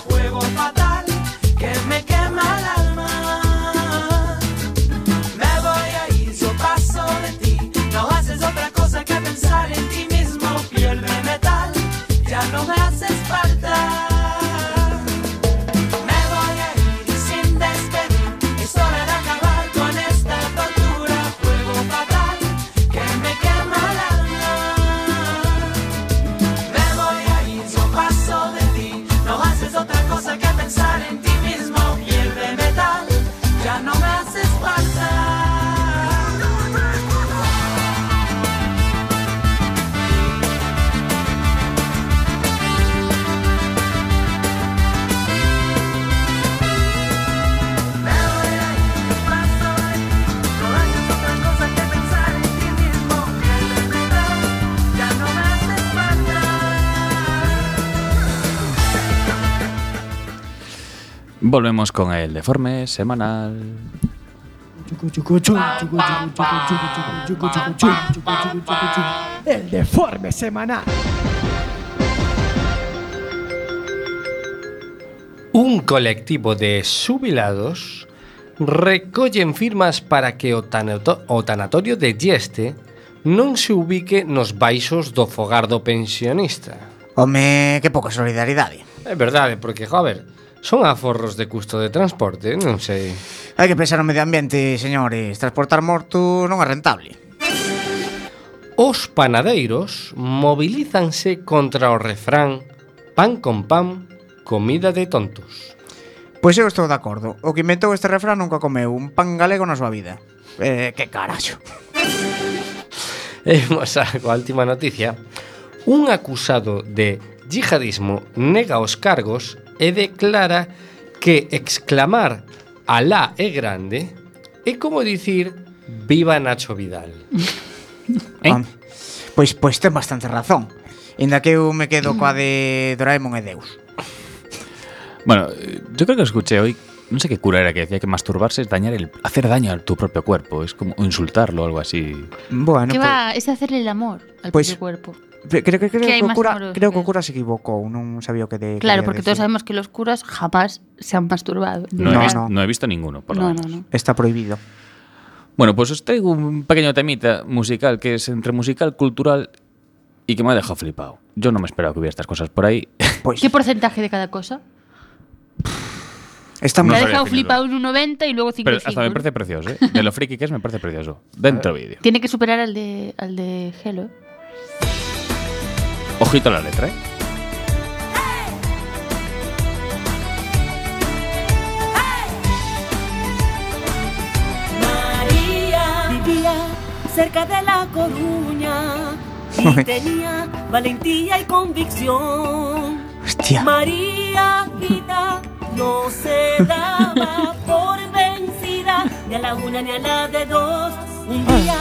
D: Volvemos con el deforme semanal.
A: El deforme semanal.
B: Un colectivo de jubilados recollen firmas para que o, tanato- o tanatorio de Yeste non se ubique nos baixos do fogar do pensionista.
E: Home, que pouca solidaridade.
B: É verdade, porque, joder, son aforros de custo de transporte, non sei.
E: Hai que pensar no medio ambiente, señores. Transportar mortos non é rentable.
B: Os panadeiros mobilízanse contra o refrán pan con pan, comida de tontos.
E: Pois eu estou de acordo. O que inventou este refrán nunca comeu un pan galego na súa vida. Eh, que carallo.
B: E vamos a coa última noticia. Un acusado de yihadismo nega os cargos e declara que exclamar Alá é grande é como dicir Viva Nacho Vidal.
D: Eh?
E: Home, Pois pois ten bastante razón. Inda que eu me quedo coa de Doraemon e Deus.
D: Bueno, eh, yo creo que escuché hoy, no sé qué cura era que decía que masturbarse es dañar el, hacer daño a tu propio cuerpo, es como o insultarlo o algo así.
E: Bueno,
F: que
E: pois-
F: va, es hacerle el amor al
E: Pues-
F: propio cuerpo.
E: Pe- Creo que creo
F: Que
E: que,
F: hai
E: o
F: máis
E: cura,
F: números
E: creo que o
F: que-
E: cura se equivocou, non sabía o que de quería
F: Claro, porque todos
E: decir.
F: sabemos que los curas jamás se han masturbado.
D: No, he,
E: No,
D: vis-
E: no.
D: he visto ninguno, por lo
F: no, no,
D: menos.
F: no.
E: Está prohibido.
D: Bueno, pues os traigo un pequeño temita musical que es entre musical, cultural y que me ha dejado flipado. Yo no me esperaba que hubiera estas cosas por ahí.
E: Pois
F: ¿Qué porcentaje de cada cosa?
E: está moi
F: Me ha
D: sabría
F: dejado
D: definirlo.
F: flipado en un 90 y luego 5
D: Pero
F: y 5.
D: hasta me parece precioso, ¿eh? De lo friki que es, me parece precioso. Dentro vídeo.
F: Tiene que superar al de, al de ¿eh? Hello.
D: Ojito a la letra, ¿eh?
G: María vivía cerca de La Coruña y tenía valentía y convicción.
E: Hostia.
G: María vida no se daba por vencida ni a la una ni a la de dos. Un día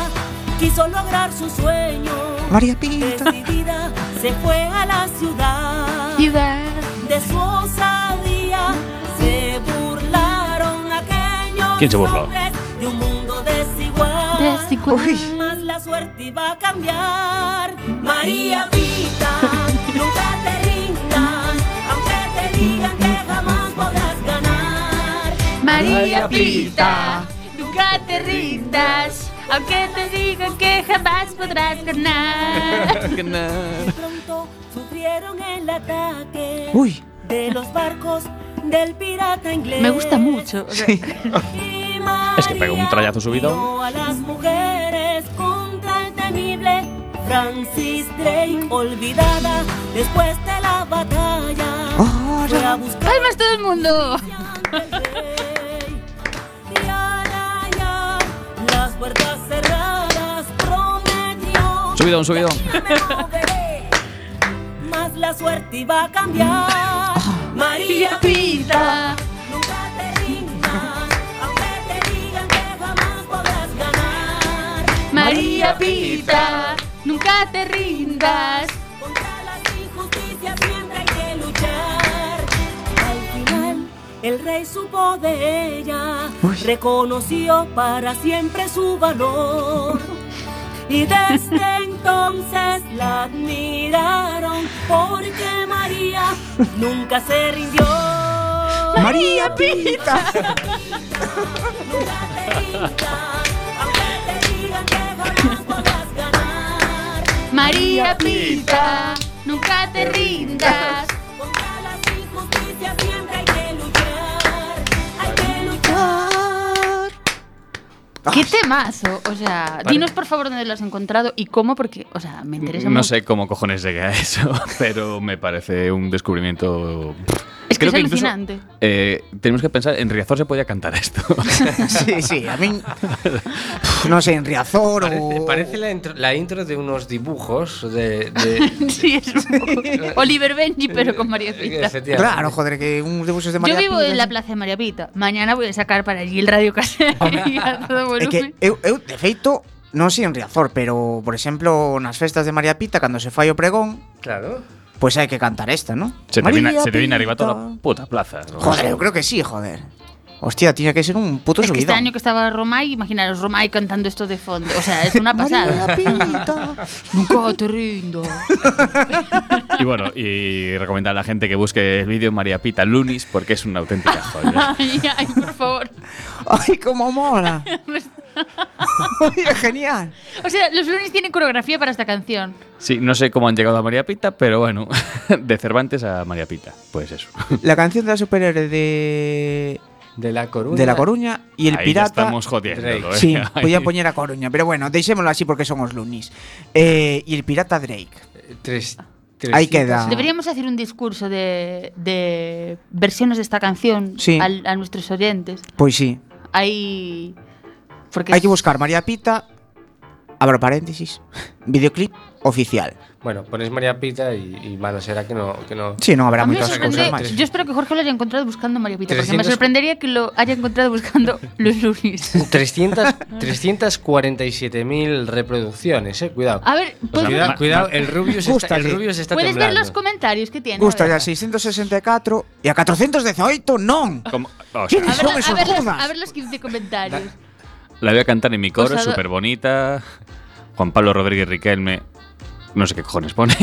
G: quiso lograr su sueño.
E: María Pinta.
G: Decidida se fue a la ciudad de su osadía se burlaron aquellos
D: ¿Quién se burló?
G: hombres de un mundo desigual.
F: Desigual. Uy.
G: Más la suerte iba a cambiar. María Pita, nunca te rindas, aunque te digan que jamás podrás ganar.
F: María Pita, nunca te rindas, aunque te digan que jamás podrás ganar.
G: De pronto sufrieron el ataque
E: Uy.
G: de los barcos del pirata inglés.
F: Me gusta mucho. o sea,
D: Es que pega un trayazo subido.
G: unió a las mujeres contra el temible Francis Drake, olvidada después de la batalla. Fue a buscar
F: ¡Palmas todo el mundo!
G: al rey. Y al hallar las puertas cerradas prometió.
D: Subidón, subidón.
G: "Ya me moveré", Más la suerte iba a cambiar. María
F: Pita,
G: Nunca te rindas, aunque te digan que jamás podrás ganar.
F: María Pita, nunca te rindas.
G: Contra las injusticias siempre hay que luchar. Al final, el rey supo de ella, reconoció para siempre su valor. Y desde entonces la admiraron porque María nunca se rindió.
E: María Pinta.
G: Nunca te rindas, aunque te digan que jamás podrás ganar.
F: María Pita, nunca te rindas.
G: Contra las injusticias siempre hay que luchar, hay que luchar.
F: ¡Qué temazo! O sea, dinos por favor dónde lo has encontrado y cómo, porque, o sea, me interesa
D: No
F: mucho.
D: sé cómo cojones llegué a eso, pero me parece un descubrimiento.
F: Es que
D: Creo
F: es
D: incluso,
F: alucinante.
D: eh, tenemos que pensar, en Riazor se podía cantar esto.
E: Sí, sí, a min non sei en Riazor
B: Parece,
E: ou
B: parece la, intro, la intro de unos dibujos de... de
F: Sí, es un poco- Oliver Benji, pero con
B: Eh,
F: María Pita.
B: Efectivamente.
E: Claro, joder, que uns debuxos de
F: Yo
E: María
F: vivo
E: Pinta,
F: en la
E: sí.
F: plaza de María Pita. Mañana voy a sacar para allí el radio casero y a todo
E: É que
F: volumen.
E: eu, eu de feito non sei en Riazor, pero por exemplo, nas festas de María Pita cando se fai o pregón,
B: Claro.
E: pues hay que cantar esta, ¿no?
D: Se te, viene,
E: María
D: se te viene arriba
E: Pinta.
D: toda la puta plaza. ¿no?
E: Joder, yo creo que sí, joder. Hostia, tiene que ser un puto
F: Es que este
E: subidón.
F: año que estaba Romay, imaginaros Romay cantando esto de fondo. O sea, es una pasada. Nunca te rindo.
D: Y bueno, y recomendar a la gente que busque el vídeo María Pita Lunis porque es una auténtica joya.
F: Ay, ay, por favor.
E: Ay, cómo mola. Oye, genial.
F: O sea, los lunes tienen coreografía para esta canción.
D: Sí, no sé cómo han llegado a María Pita, pero bueno, de Cervantes a María Pita, pues eso.
E: La canción de la superhéroe de,
B: De la Coruña.
E: de La Coruña y el
D: Ahí ya
E: pirata.
D: estamos jodiendo.
B: Drake.
E: Sí,
D: Ahí.
E: podía poner a Coruña, pero bueno, deixémoslo así porque somos lunis. Eh, y el pirata Drake.
B: Tres,
E: Ahí
B: 300.
E: queda.
F: Deberíamos hacer un discurso de, de versiones de esta canción
E: Sí.
F: al- a nuestros oyentes.
E: Pues sí.
F: Hay. Porque
E: Hay que buscar María Pita, abro paréntesis, videoclip oficial.
B: Bueno, pones María Pita y, y malo será que no. Que no.
E: Sí, no habrá
F: A mí me
E: muchas cosas
F: sorprende-
E: más.
F: yo espero que Jorge lo haya encontrado buscando María Pita, porque me
B: 300
F: sorprendería que lo haya encontrado buscando los lunes.
B: 300 347.000 reproducciones, eh. Cuidado.
F: A ver,
B: O sea,
F: ¿puedes,
B: cuidado,
F: ver,
B: cuidado, el Rubius está, el
E: Gústate.
B: Rubius está
F: Ah, pues puedes ver
B: temblando.
F: los comentarios que tiene?
E: Gusta
F: A ver.
E: ya 664 y a 418 non.
D: Como- o sea,
E: ¿Quiénes
F: A ver,
E: son
F: a
E: esos
F: ver los-
E: judas?
F: a ver los 15 comentarios.
D: la voy a cantar en mi
E: Pues
D: coro, es
F: Posado-
D: súper bonita. Juan Pablo Rodríguez Riquelme, no sé qué cojones pone.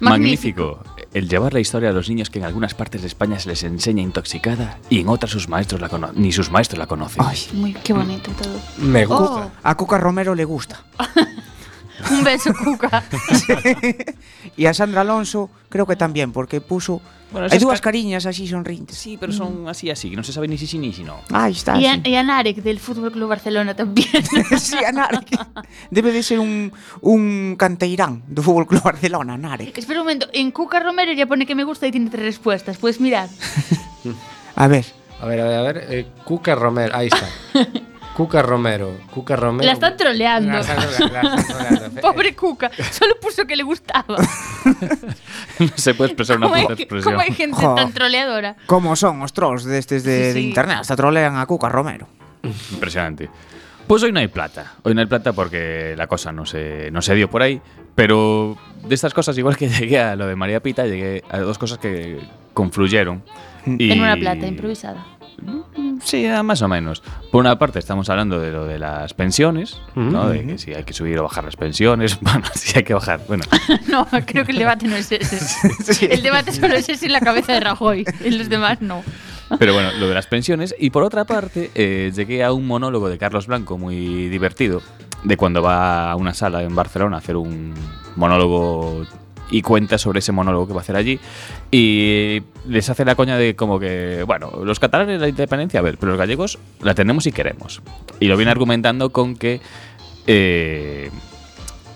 D: Magnífico. El llevar la historia a los niños que en algunas partes de España se les enseña intoxicada y en otras sus maestros la cono- ni sus maestros la conocen.
E: Ay,
F: Muy, qué bonito todo.
B: Me
F: Oh,
B: gusta.
E: a Cuca Romero le gusta.
F: un beso, Cuca.
E: Y a Sandra Alonso creo que también, porque puso...
D: Bueno,
E: Hay
D: esas
E: dúas
D: ca-
E: cariñas así sonrientes.
D: Sí, pero son así, así. No se sabe ni si sí ni si no.
E: Ahí está.
F: Y,
E: sí.
F: a, y a Narek del Fútbol Club Barcelona también.
E: sí, a Narek. Debe de ser un, un canteirán do Fútbol Club Barcelona, Narek.
F: Espera un momento, en Cuca Romero ya pone que me gusta y tiene tres respuestas. Pues mirad.
E: A ver,
B: A ver, a ver, a ver. eh, Cuca Romero, ahí está. Cuca Romero, Cuca Romero.
F: La están troleando.
B: La están troleando, la están troleando. eh.
F: Pobre Cuca, solo puso que le gustaba.
D: No se puede expresar una
F: ¿Cómo,
D: puta
F: hay, que-
D: expresión.
F: cómo hay gente
E: Jo.
F: tan troleadora?
E: como son os trolls destes de,
F: Sí,
E: de
F: sí.
E: internet. Hasta trolean a Cuca Romero.
D: Impresionante. Pues hoy no hay plata. Hoy no hay plata porque la cosa no se, no se dio por ahí. Pero de estas cosas, igual que llegué a lo de María Pita, llegué a dos cosas que confluyeron. Y-
F: Mm. En una plata improvisada.
D: Sí, ah, más o menos. Por una parte, estamos hablando de lo de las pensiones, ¿no? De que si hay que subir o bajar las pensiones. Bueno, si hay que bajar. Bueno,
F: No, creo que el debate no es ese. El debate solo es ese en la cabeza de Rajoy. En los demás no.
D: Pero bueno, lo de las pensiones. Y por otra parte, eh, llegué a un monólogo de Carlos Blanco muy divertido, de cuando va a una sala en Barcelona a hacer un monólogo y cuenta sobre ese monólogo que va a hacer allí. Y les hace la coña de como que, bueno, los catalanes la independencia, a ver, pero los gallegos la tenemos y queremos. Y lo viene argumentando con que... eh,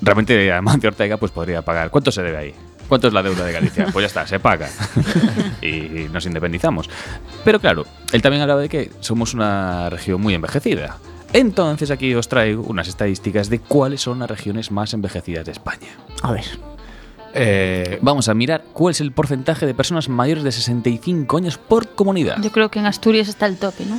D: realmente Amancio Ortega pues podría pagar. ¿Cuánto se debe ahí? ¿Cuánto es la deuda de Galicia? Pues ya está, se paga. y nos independizamos. Pero claro, él también hablaba de que somos una región muy envejecida. Entonces aquí os traigo unas estadísticas de cuáles son las regiones más envejecidas de España.
E: A ver.
B: Eh,
D: Vamos a mirar cuál es el porcentaje de personas mayores de 65 años por comunidad.
F: Yo creo que en Asturias está el tope, ¿no?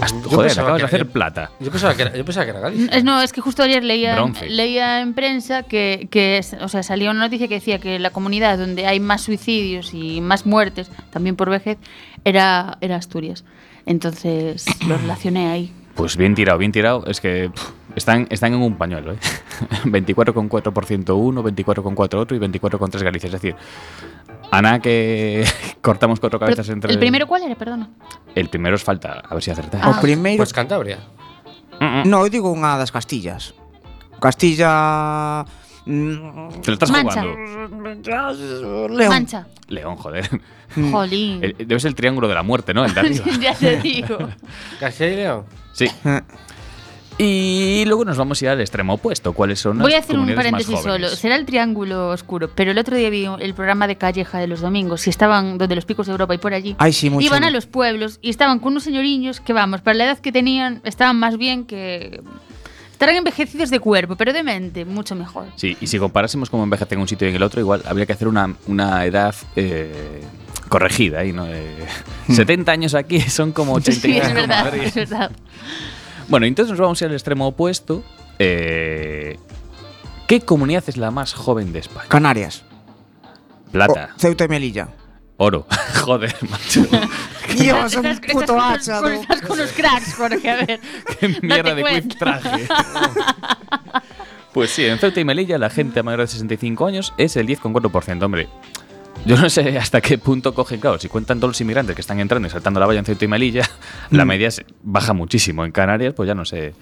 D: Hasta-
B: yo
D: joder,
B: pensaba
D: acabas
B: que
D: de hacer
B: era-
D: plata.
B: yo pensaba que era, yo pensaba que era Galicia.
F: Es- Eh, No, es que justo ayer leía,
D: Bronce.
F: leía en prensa que, que es- o sea, salía una noticia que decía que la comunidad donde hay más suicidios y más muertes, también por vejez, era, era Asturias. Entonces lo relacioné ahí.
D: Pues bien tirado, bien tirado. Es que pff, están, están en un pañuelo, ¿eh? 24,4% uno, 24,4% otro y 24,3% Galicia. Es decir, Ana que cortamos cuatro
F: Pero,
D: cabezas entre...
F: ¿El primero cuál era? Perdona.
D: El primero es falta, a ver si acertáis.
E: O
F: Ah.
E: primeiro...
B: Pues Cantabria.
D: Mm, mm.
E: No, eu digo unha das Castillas. Castilla... mm,
D: Te lo estás
F: Mancha.
D: jugando.
E: León.
F: Mancha.
D: León, joder.
F: Jolín.
D: Mm. El- debe ser el triángulo de la muerte, ¿no? El de arriba.
F: ya te digo.
B: Castilla y León.
D: Sí.
E: Eh.
D: Y luego nos vamos a ir al extremo opuesto. ¿Cuáles son
F: Voy a
D: las
F: hacer un
D: comunidades más
F: paréntesis solo.
D: jóvenes?
F: Será el triángulo oscuro, pero el otro día vi el programa de Calleja de los domingos y estaban donde los picos de Europa y por allí.
E: Ay, sí, muy
F: Iban
E: chulo.
F: a los pueblos y estaban con unos señoriños que, vamos, para la edad que tenían, estaban más bien que. Estarán envejecidos de cuerpo, pero de mente, mucho mejor.
D: Sí, y si comparásemos cómo envejece en un sitio y en el otro, igual habría que hacer una, una edad eh, corregida. ahí, ¿no? Eh, 70 años aquí son como 80
F: Hmm. Sí,
D: años
F: es
D: en
F: verdad,
D: Madrid.
F: es verdad.
D: Bueno, entonces nos vamos a ir al extremo opuesto. eh, ¿Qué comunidad es la más joven de España?
E: Canarias.
D: Plata.
E: O- Ceuta y Melilla.
D: Oro. Joder, macho.
E: Dios,
F: Estás-
E: un
F: estás-
E: puto
F: estás con-
E: hacha.
F: con-
E: tú.
F: Estás con los cracks, Jorge, a ver.
D: Qué mierda
F: Date
D: de quiz
F: cuenta.
D: traje. pues sí, en Ceuta y Melilla la gente mayor de 65 años es el 10,4%, hombre. Yo no sé hasta qué punto cogen, claro, si cuentan todos los inmigrantes que están entrando y saltando la valla en Ceuta y Melilla, la media se- baja muchísimo. En Canarias, pues ya no sé.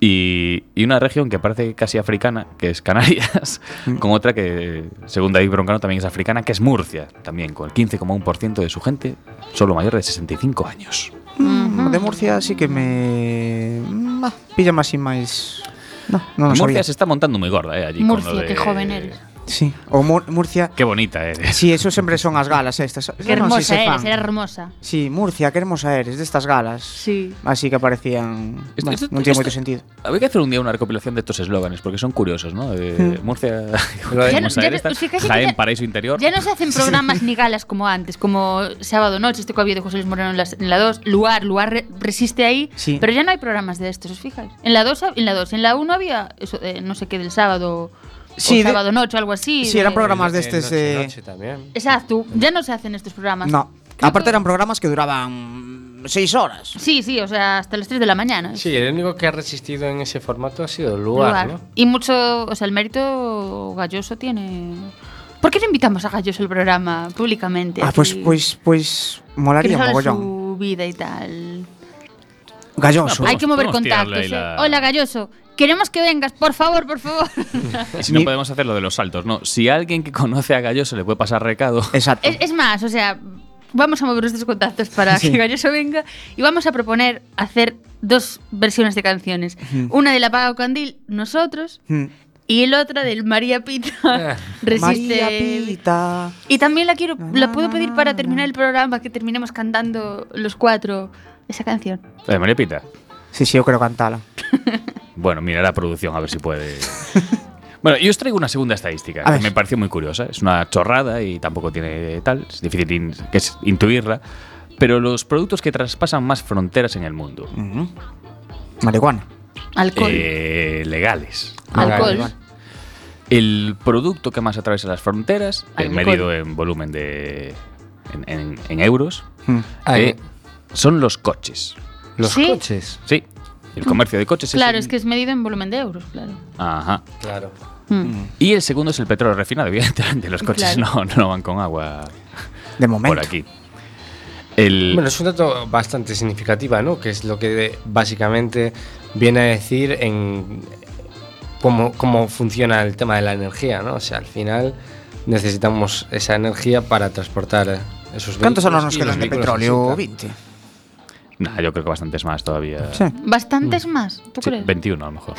D: Y, y una región que parece casi africana, que es Canarias, con otra que, según David Broncano, también es africana, que es Murcia, también con el 15,1% de su gente solo mayor de 65 años.
E: Mm, De Murcia sí que me. mm, ah, Píllame así más. No, no lo
D: Murcia
E: sabía.
D: se está montando muy gorda, ¿eh? Allí con
F: Murcia,
D: lo de-
F: qué joven eres.
E: Sí. O Mur- Murcia.
D: Qué bonita eres.
E: Sí, eso siempre son las galas estas.
F: Qué
E: No,
F: hermosa
E: sí, se
F: eres,
E: fan.
F: eres hermosa.
E: Sí, Murcia, qué hermosa eres, de estas galas.
F: Sí.
E: Así que aparecían.
D: Esto-
E: bueno,
D: esto-
E: no tiene
D: esto-
E: mucho sentido.
D: Habría que hacer un día una recopilación de estos eslóganes, porque son curiosos, ¿no? Eh, Murcia,
B: Ya
D: Jaén,
F: no- ya no-
D: tal.
F: es que casi que
D: Jaén,
F: ya-
D: paraíso interior.
F: Ya no se hacen programas ni galas como antes, como Sábado Noche, este que había de José Luis Moreno en, las- en la 2, Luar, Luar re- resiste ahí,
E: Sí.
F: pero ya no hay programas de estos, ¿os fijáis? En la 2, en la 2, en la 1 había eso de no sé qué del sábado,
E: Sí, de-
F: o Sábado Noche o algo así.
E: Sí,
F: de-
E: eran programas de
B: Eh,
E: estos
B: noche,
E: de.
B: noche también.
F: Exacto, ya no se hacen estos programas.
E: No.
F: Creo
E: Aparte
F: que-
E: eran programas que duraban seis horas.
F: Sí, sí, o sea, hasta las 3 de la mañana. ¿eh?
B: Sí, el único que ha resistido en ese formato ha sido el lugar,
F: Luar.
B: ¿no?
F: Y mucho, o sea, el mérito Galloso tiene... ¿Por qué no invitamos a Galloso al programa públicamente?
E: Ah,
F: aquí?
E: pues, pues, pues,
F: Que
E: molaría
F: nos hable
E: mogollón.
F: su vida y tal.
E: Galloso.
D: Ah,
F: Hay que mover
D: podemos tirarle
F: contactos.
D: ahí la-
F: eh. Hola, Galloso. Queremos que vengas, por favor, por favor.
D: Y si no
E: Mi-
D: podemos hacer lo de los saltos, ¿no? Si alguien que conoce a Gallo se le puede pasar recado.
E: Exacto.
F: es, es más, o sea, vamos a mover estos contactos para
E: Sí.
F: que Galloso venga y vamos a proponer hacer dos versiones de canciones. Una de La Paga o Candil, nosotros,
E: Mm.
F: y el otra del María Pita.
B: Ah.
F: Resiste.
E: María Pita.
F: Y también la quiero,
E: Na, na,
F: la puedo
E: na,
F: pedir
E: na,
F: para
E: na.
F: terminar el programa, que terminemos cantando los cuatro esa canción.
D: Eh, María Pita.
E: Sí, sí, yo creo cantala.
D: Bueno, mira la producción, a ver si puede. Bueno, yo os traigo una segunda estadística
E: A
D: que
E: ver.
D: me pareció muy curiosa. Es una chorrada y tampoco tiene tal. Es difícil in- que es intuirla. Pero los productos que traspasan más fronteras en el mundo.
E: Marihuana.
F: Alcohol.
D: Eh, legales.
F: alcohol.
B: vale,
D: El producto que más atraviesa las fronteras, eh,
F: Alcohol.
D: medido en volumen de. en, en- en euros,
E: Mm.
B: Ah,
D: eh, son los coches.
B: Los
F: ¿Sí?
B: coches.
D: Sí, el comercio de coches
F: Claro,
D: es.
F: es que es medido en volumen de euros, claro.
D: Ajá.
B: Claro.
F: Mm.
D: Y el segundo es el petróleo refinado, evidentemente. Los coches
F: Claro.
D: no, no van con agua
E: De momento.
D: por aquí. El,
B: Bueno, es un dato bastante significativo, ¿no? Que es lo que de- básicamente viene a decir en cómo, cómo funciona el tema de la energía, ¿no? O sea, al final necesitamos esa energía para transportar eh, esos vehículos
E: ¿Cuántos años nos
B: y
E: quedan
B: los
E: de
B: vehículos
E: petróleo?
B: necesitan.
E: 20.
D: Nah, yo creo que bastantes más todavía.
E: Sí.
F: ¿Bastantes más? ¿Tú
D: Sí,
F: crees?
D: 21 a lo mejor.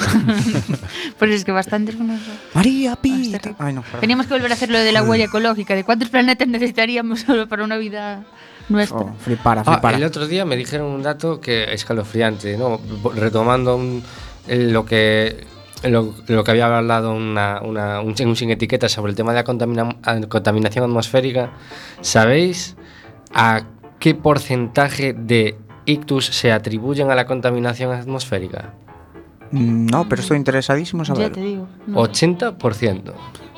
F: Pues es que bastantes más. Ah,
E: María Pita.
F: Ostras.
E: Ay, no, perdón.
F: Teníamos que volver a hacer lo de la huella ecológica, de cuántos planetas necesitaríamos solo para una vida nuestra.
E: Oh, flipara,
B: Ah,
E: flipara.
B: el otro día me dijeron un dato que escalofriante, ¿no? Bo- Retomando un- el- lo que lo, lo que había hablado una, una- un, sin- un sin etiqueta sobre el tema de la contamina- a- contaminación atmosférica, ¿sabéis a qué porcentaje de ictus se atribuyen a la contaminación atmosférica?
E: Mm, No, pero estoy interesadísimo en
F: ya te
E: saberlo.
F: digo. no.
B: 80%.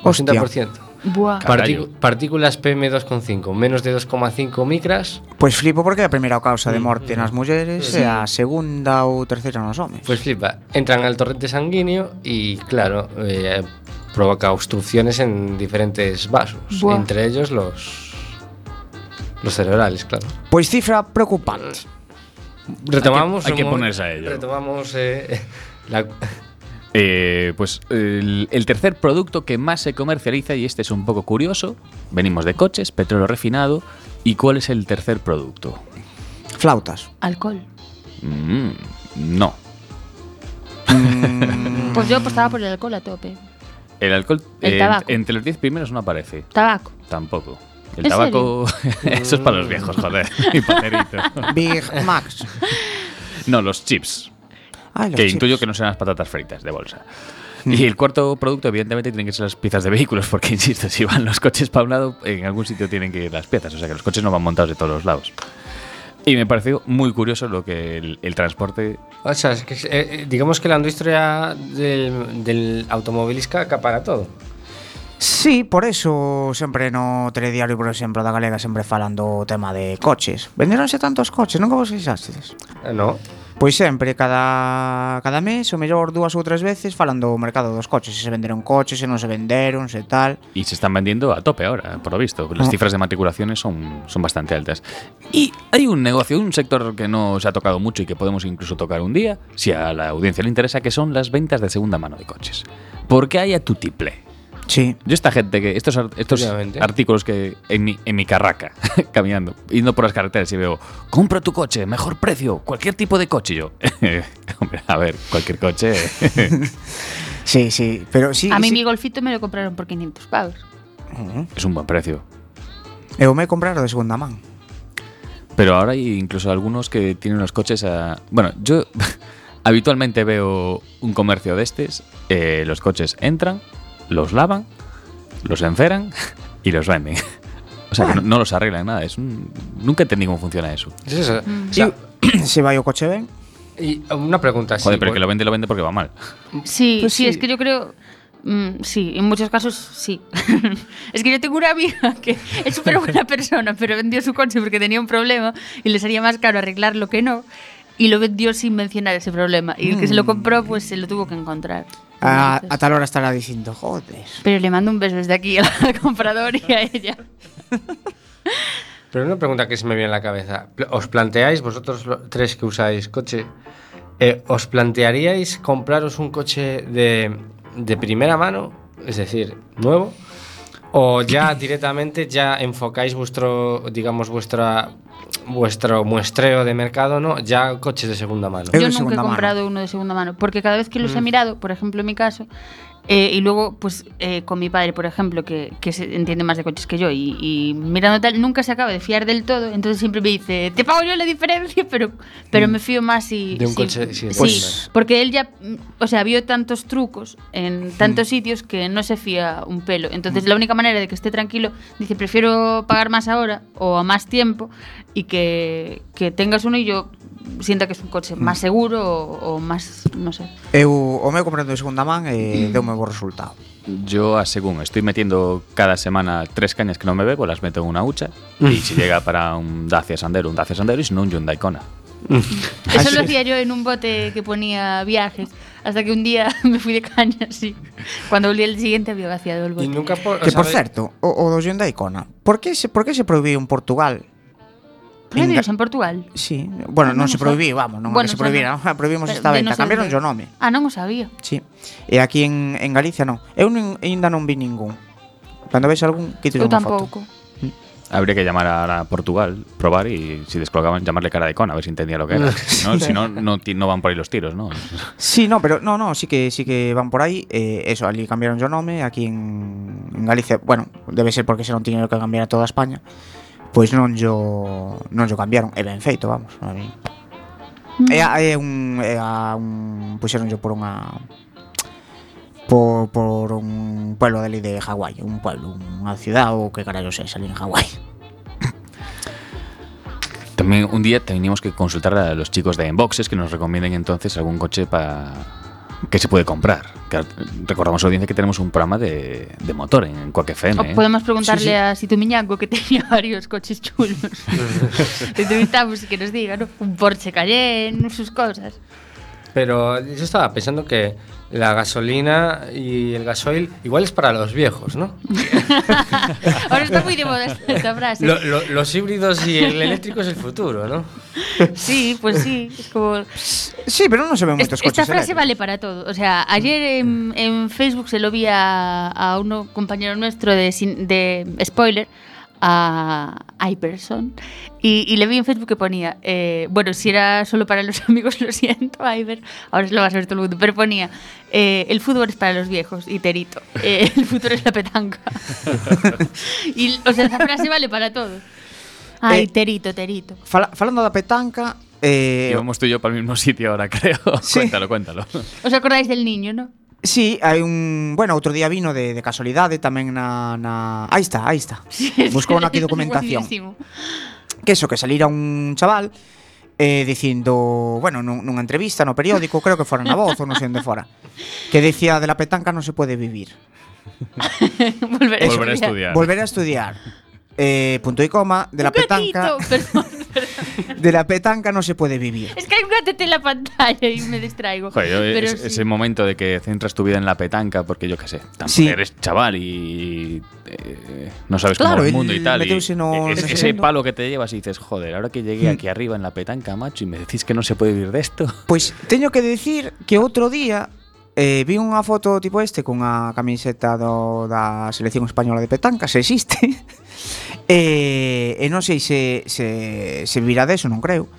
E: Hostia.
B: 80%.
F: Buah.
B: Partícu-
D: Carayo.
B: partículas PM2,5, menos de 2,5 micras,
E: Pois Pues flipo porque é a primeira causa de morte nas mulleres e a segunda ou terceira nos homes.
B: Pues flipa, entran al torrente sanguíneo y claro, eh, provoca obstrucciones en diferentes vasos,
F: Buah.
B: entre ellos los los cerebrales, claro.
E: Pois Pues cifra preocupante.
B: Retomamos
D: hay
B: un
D: que
B: momento-
D: ponerse a ello.
B: Retomamos eh, la
D: Eh, pues el, el tercer producto que más se comercializa, y este es un poco curioso, venimos de coches, petróleo refinado, ¿y cuál es el tercer producto?
E: Flautas.
F: Alcohol.
D: Mm, no.
F: Pues yo apostaba por el alcohol a tope.
D: El alcohol
F: El
D: eh,
F: tabaco.
D: entre los 10 primeros no aparece,
F: Tabaco.
D: tampoco. El
F: ¿En
D: tabaco, eso es para los viejos, joder, y paterito.
E: Big Max.
D: No, los chips,
E: Ay, los
D: que
E: chips. Mm.
D: intuyo que no serán las patatas fritas de bolsa. Y el cuarto producto, evidentemente, tienen que ser las piezas de vehículos, porque insisto, si van los coches para un lado, en algún sitio tienen que ir las piezas, o sea que los coches no van montados de todos los lados. Y me pareció muy curioso lo que el, el transporte.
B: O sea, es que, eh, eh, digamos que la industria del, del automovilista acapara todo.
E: Sí, por eso sempre no telediario, por exemplo, da Galega sempre falan do tema de coches. Venderonse tantos coches, nunca vos fixastes?
B: Eh, No.
E: Pois sempre, cada, cada mes, ou mellor dúas ou tres veces, falan do mercado dos coches. Se se venderon coches, se non se venderon, se tal.
D: Y se están vendiendo a tope ahora, por lo visto. Las
E: Ah.
D: cifras de matriculaciones son, son bastante altas. Y hay un negocio, un sector que no se ha tocado mucho y que podemos incluso tocar un día, si a la audiencia le interesa, que son las ventas de segunda mano de coches. Porque hay a tutiple.
E: Sí.
D: Yo esta gente que estos, ar- estos
B: Obviamente.
D: artículos que en mi, en mi carraca, caminando, yendo por las carreteras y veo, compra tu coche, mejor precio, cualquier tipo de coche. Y yo, hombre, a ver, cualquier coche.
E: Sí, sí, pero sí,
F: A mí
E: sí.
F: mi golfito me lo compraron por 500 pavos.
D: es un buen precio.
E: eu me compraron de segunda man.
D: Pero ahora hay incluso algunos que tienen los coches a... Bueno, yo habitualmente veo un comercio de estos, eh, los coches entran, los lavan, los enceran y los venden. O sea, que no, no los arreglan nada. Es un- Nunca entendí cómo funciona eso.
B: Es eso. O sea,
E: se vai o coche ben.
B: y una pregunta. sí,
D: Joder, pero el que
B: por-
D: lo vende, lo vende porque va mal.
F: Sí,
E: Pues
F: sí,
E: sí.
F: es que yo creo. mm, sí, en muchos casos sí. es que yo tengo una amiga que es súper buena persona, pero vendió su coche porque tenía un problema y le salía más caro arreglarlo que no. Y lo vendió sin mencionar ese problema. Y el que se
E: Mm.
F: lo compró, pues se lo tuvo que encontrar.
E: A, a
F: Entonces,
E: tal hora estará dicindo, joder.
F: Pero le mando un beso desde aquí a la compradora y a ella.
B: Pero una pregunta que se me viene a la cabeza. Pl- ¿Os planteáis, vosotros lo- tres que usáis coche, eh, ¿os plantearíais compraros un coche de, de primera mano, es decir, nuevo? ¿O ya directamente ya enfocáis vuestro, digamos, vuestra, vuestro muestreo de mercado, ¿no? Ya coches de segunda mano.
E: Es
F: Yo
E: de
F: nunca he
E: segunda Mm.
F: comprado uno de segunda mano, porque cada vez que los he mirado, por ejemplo en mi caso, eh, y luego pues eh, con mi padre, por ejemplo, que, que se entiende más de coches que yo, y, y mirando tal, nunca se acaba de fiar del todo, entonces siempre me dice, te pago yo la diferencia, pero, pero me fío más si...
B: Mm. De un
F: si-
B: coche, sí, de
E: Pues-
F: porque él ya, mm, o sea, vio tantos trucos
B: Mm.
F: en tantos sitios que no se fía un pelo. Entonces la única manera de que esté tranquilo, dice, prefiero pagar más ahora o a más tiempo y que, que tengas uno y yo sienta que es un coche
B: Mm.
F: más seguro o, o más, no sé.
E: Eu o meu comprando de segunda man e
F: Mm.
E: deu moi bo resultado.
D: Yo, a según estoy metiendo cada semana tres cañas que no me bebo, las meto en una hucha. Y si llega para un Dacia Sandero, un Dacia Sandero y si no, un Hyundai Kona.
F: Eso lo hacía yo en un bote que ponía viajes, hasta que un día me fui de caña, sí. Cuando volví el siguiente había vaciado el bote.
B: Y nunca por, o
E: Que
B: sea,
E: por certo, o, o do Hyundai Kona, por que se, por que se prohibiu en Portugal?
F: Pero
E: Venga.
F: Dios, en Portugal.
E: Sí, bueno,
F: Ah,
E: non
F: non
E: se
F: o sa-
E: prohibiu, vamos, non é
F: Bueno,
E: que se
F: xa non.
E: prohibira, prohibimos
F: Pero
E: esta
F: de no
E: venta,
F: ser
E: cambiaron
F: de-
E: o nome.
F: Ah, non o sabía.
E: Sí. E aquí en, en Galicia non. Eu nin, ainda non vi ningún. Cando veis algún, quítelo
F: Eu
E: unha foto.
F: tampouco.
D: Habría que llamar a a Portugal, probar y si descolgaban, llamarle cara de Kona, a ver si entendía lo que era. ¿No? Si no, no, ti- no van por ahí los tiros, ¿no?
E: Sí, no, pero no, no, sí que sí que van por aí, eh, eso, ali cambiaron o nome, aquí en, en Galicia, bueno, debe ser porque se non tiñeron que cambiar a toda España. Pois non yo non yo cambiaron, e ben feito, vamos, a mí.
F: Mm.
E: É, a- é un é a un puxeronllo por unha por, por un pueblo dali de Hawái, un pueblo, unha ciudad ou que carallo sei, ali en Hawái.
D: También un día teníamos que consultar a los chicos de Enboxes que nos recomienden entonces algún coche para que se puede comprar. Que ar- recordamos a la audiencia que tenemos un programa de, de motor en, en Quack
F: O
D: FM. ¿eh?
F: Oh, podemos preguntarle a Situ Miñango que tenía varios coches chulos. Le entrevistamos y que nos diga, ¿no? Un Porsche Cayenne, sus cosas.
B: Pero yo estaba pensando que la gasolina y el gasoil igual es para los viejos, ¿no?
F: Ahora está muy de moda esta, esta frase.
B: Lo- lo- los híbridos y el eléctrico es el futuro, ¿no?
F: Sí, pues sí. Es como...
E: Sí, pero non se ven moitos
F: Es- esta
E: coches. eléctricos.
F: frase
E: Mm.
F: vale para todo. O sea, ayer en, en Facebook se lo vi a, a uno compañero nuestro de, sin- de spoiler, a Iverson, y, y le vi en Facebook que ponía, eh, bueno, si era solo para los amigos, lo siento, Iver, ahora se lo va a saber todo el mundo, pero ponía, eh, el fútbol es para los viejos, y Terito, eh, el futuro es la petanca. y, o sea, esa frase vale para todo. Ay,
E: Eh,
F: Terito, Terito.
E: Fala, falando da petanca, eh,
D: Y vamos tú y yo para el mismo sitio ahora, creo.
E: Sí.
D: Cuéntalo, cuéntalo.
F: ¿Os acordáis del niño, no?
E: Sí, hai un, bueno, outro día vino de, de casualidade tamén na, na Aí está, aí está. Buscou na aquí documentación.
F: Buenísimo.
E: que eso, que salir a un chaval eh, dicindo, bueno, nun, nunha entrevista no periódico, creo que fora na voz ou non sei onde fora, que decía de la petanca non se pode vivir.
D: Volver
F: Volver a
D: a
F: estudiar.
D: estudiar.
E: Volver a estudiar. Eh, punto y coma, de la
F: Un gatito,
E: petanca,
F: perdón, perdón.
E: de la petanca non se pode vivir.
F: Es que hay un gatete en la pantalla y me distraigo.
D: Joder, yo-
F: Pero
D: es-
F: sí.
D: ese momento de que centras tu vida en la petanca, porque yo qué sé, tampoco
E: Sí.
D: eres chaval y eh, no sabes
E: Claro,
D: cómo es el
E: el
D: mundo y tal. y
E: meteuse no-
D: es-
E: no sé.
D: ese palo que te llevas y dices, joder, ahora que llegué aquí arriba en la petanca, macho, y me decís que no se puede vivir de esto.
E: Pois teño que decir que outro día eh, vi unha foto tipo este cunha camiseta do, da selección española de petanca, se existe. e, e non sei se, se, se virá deso, non creo.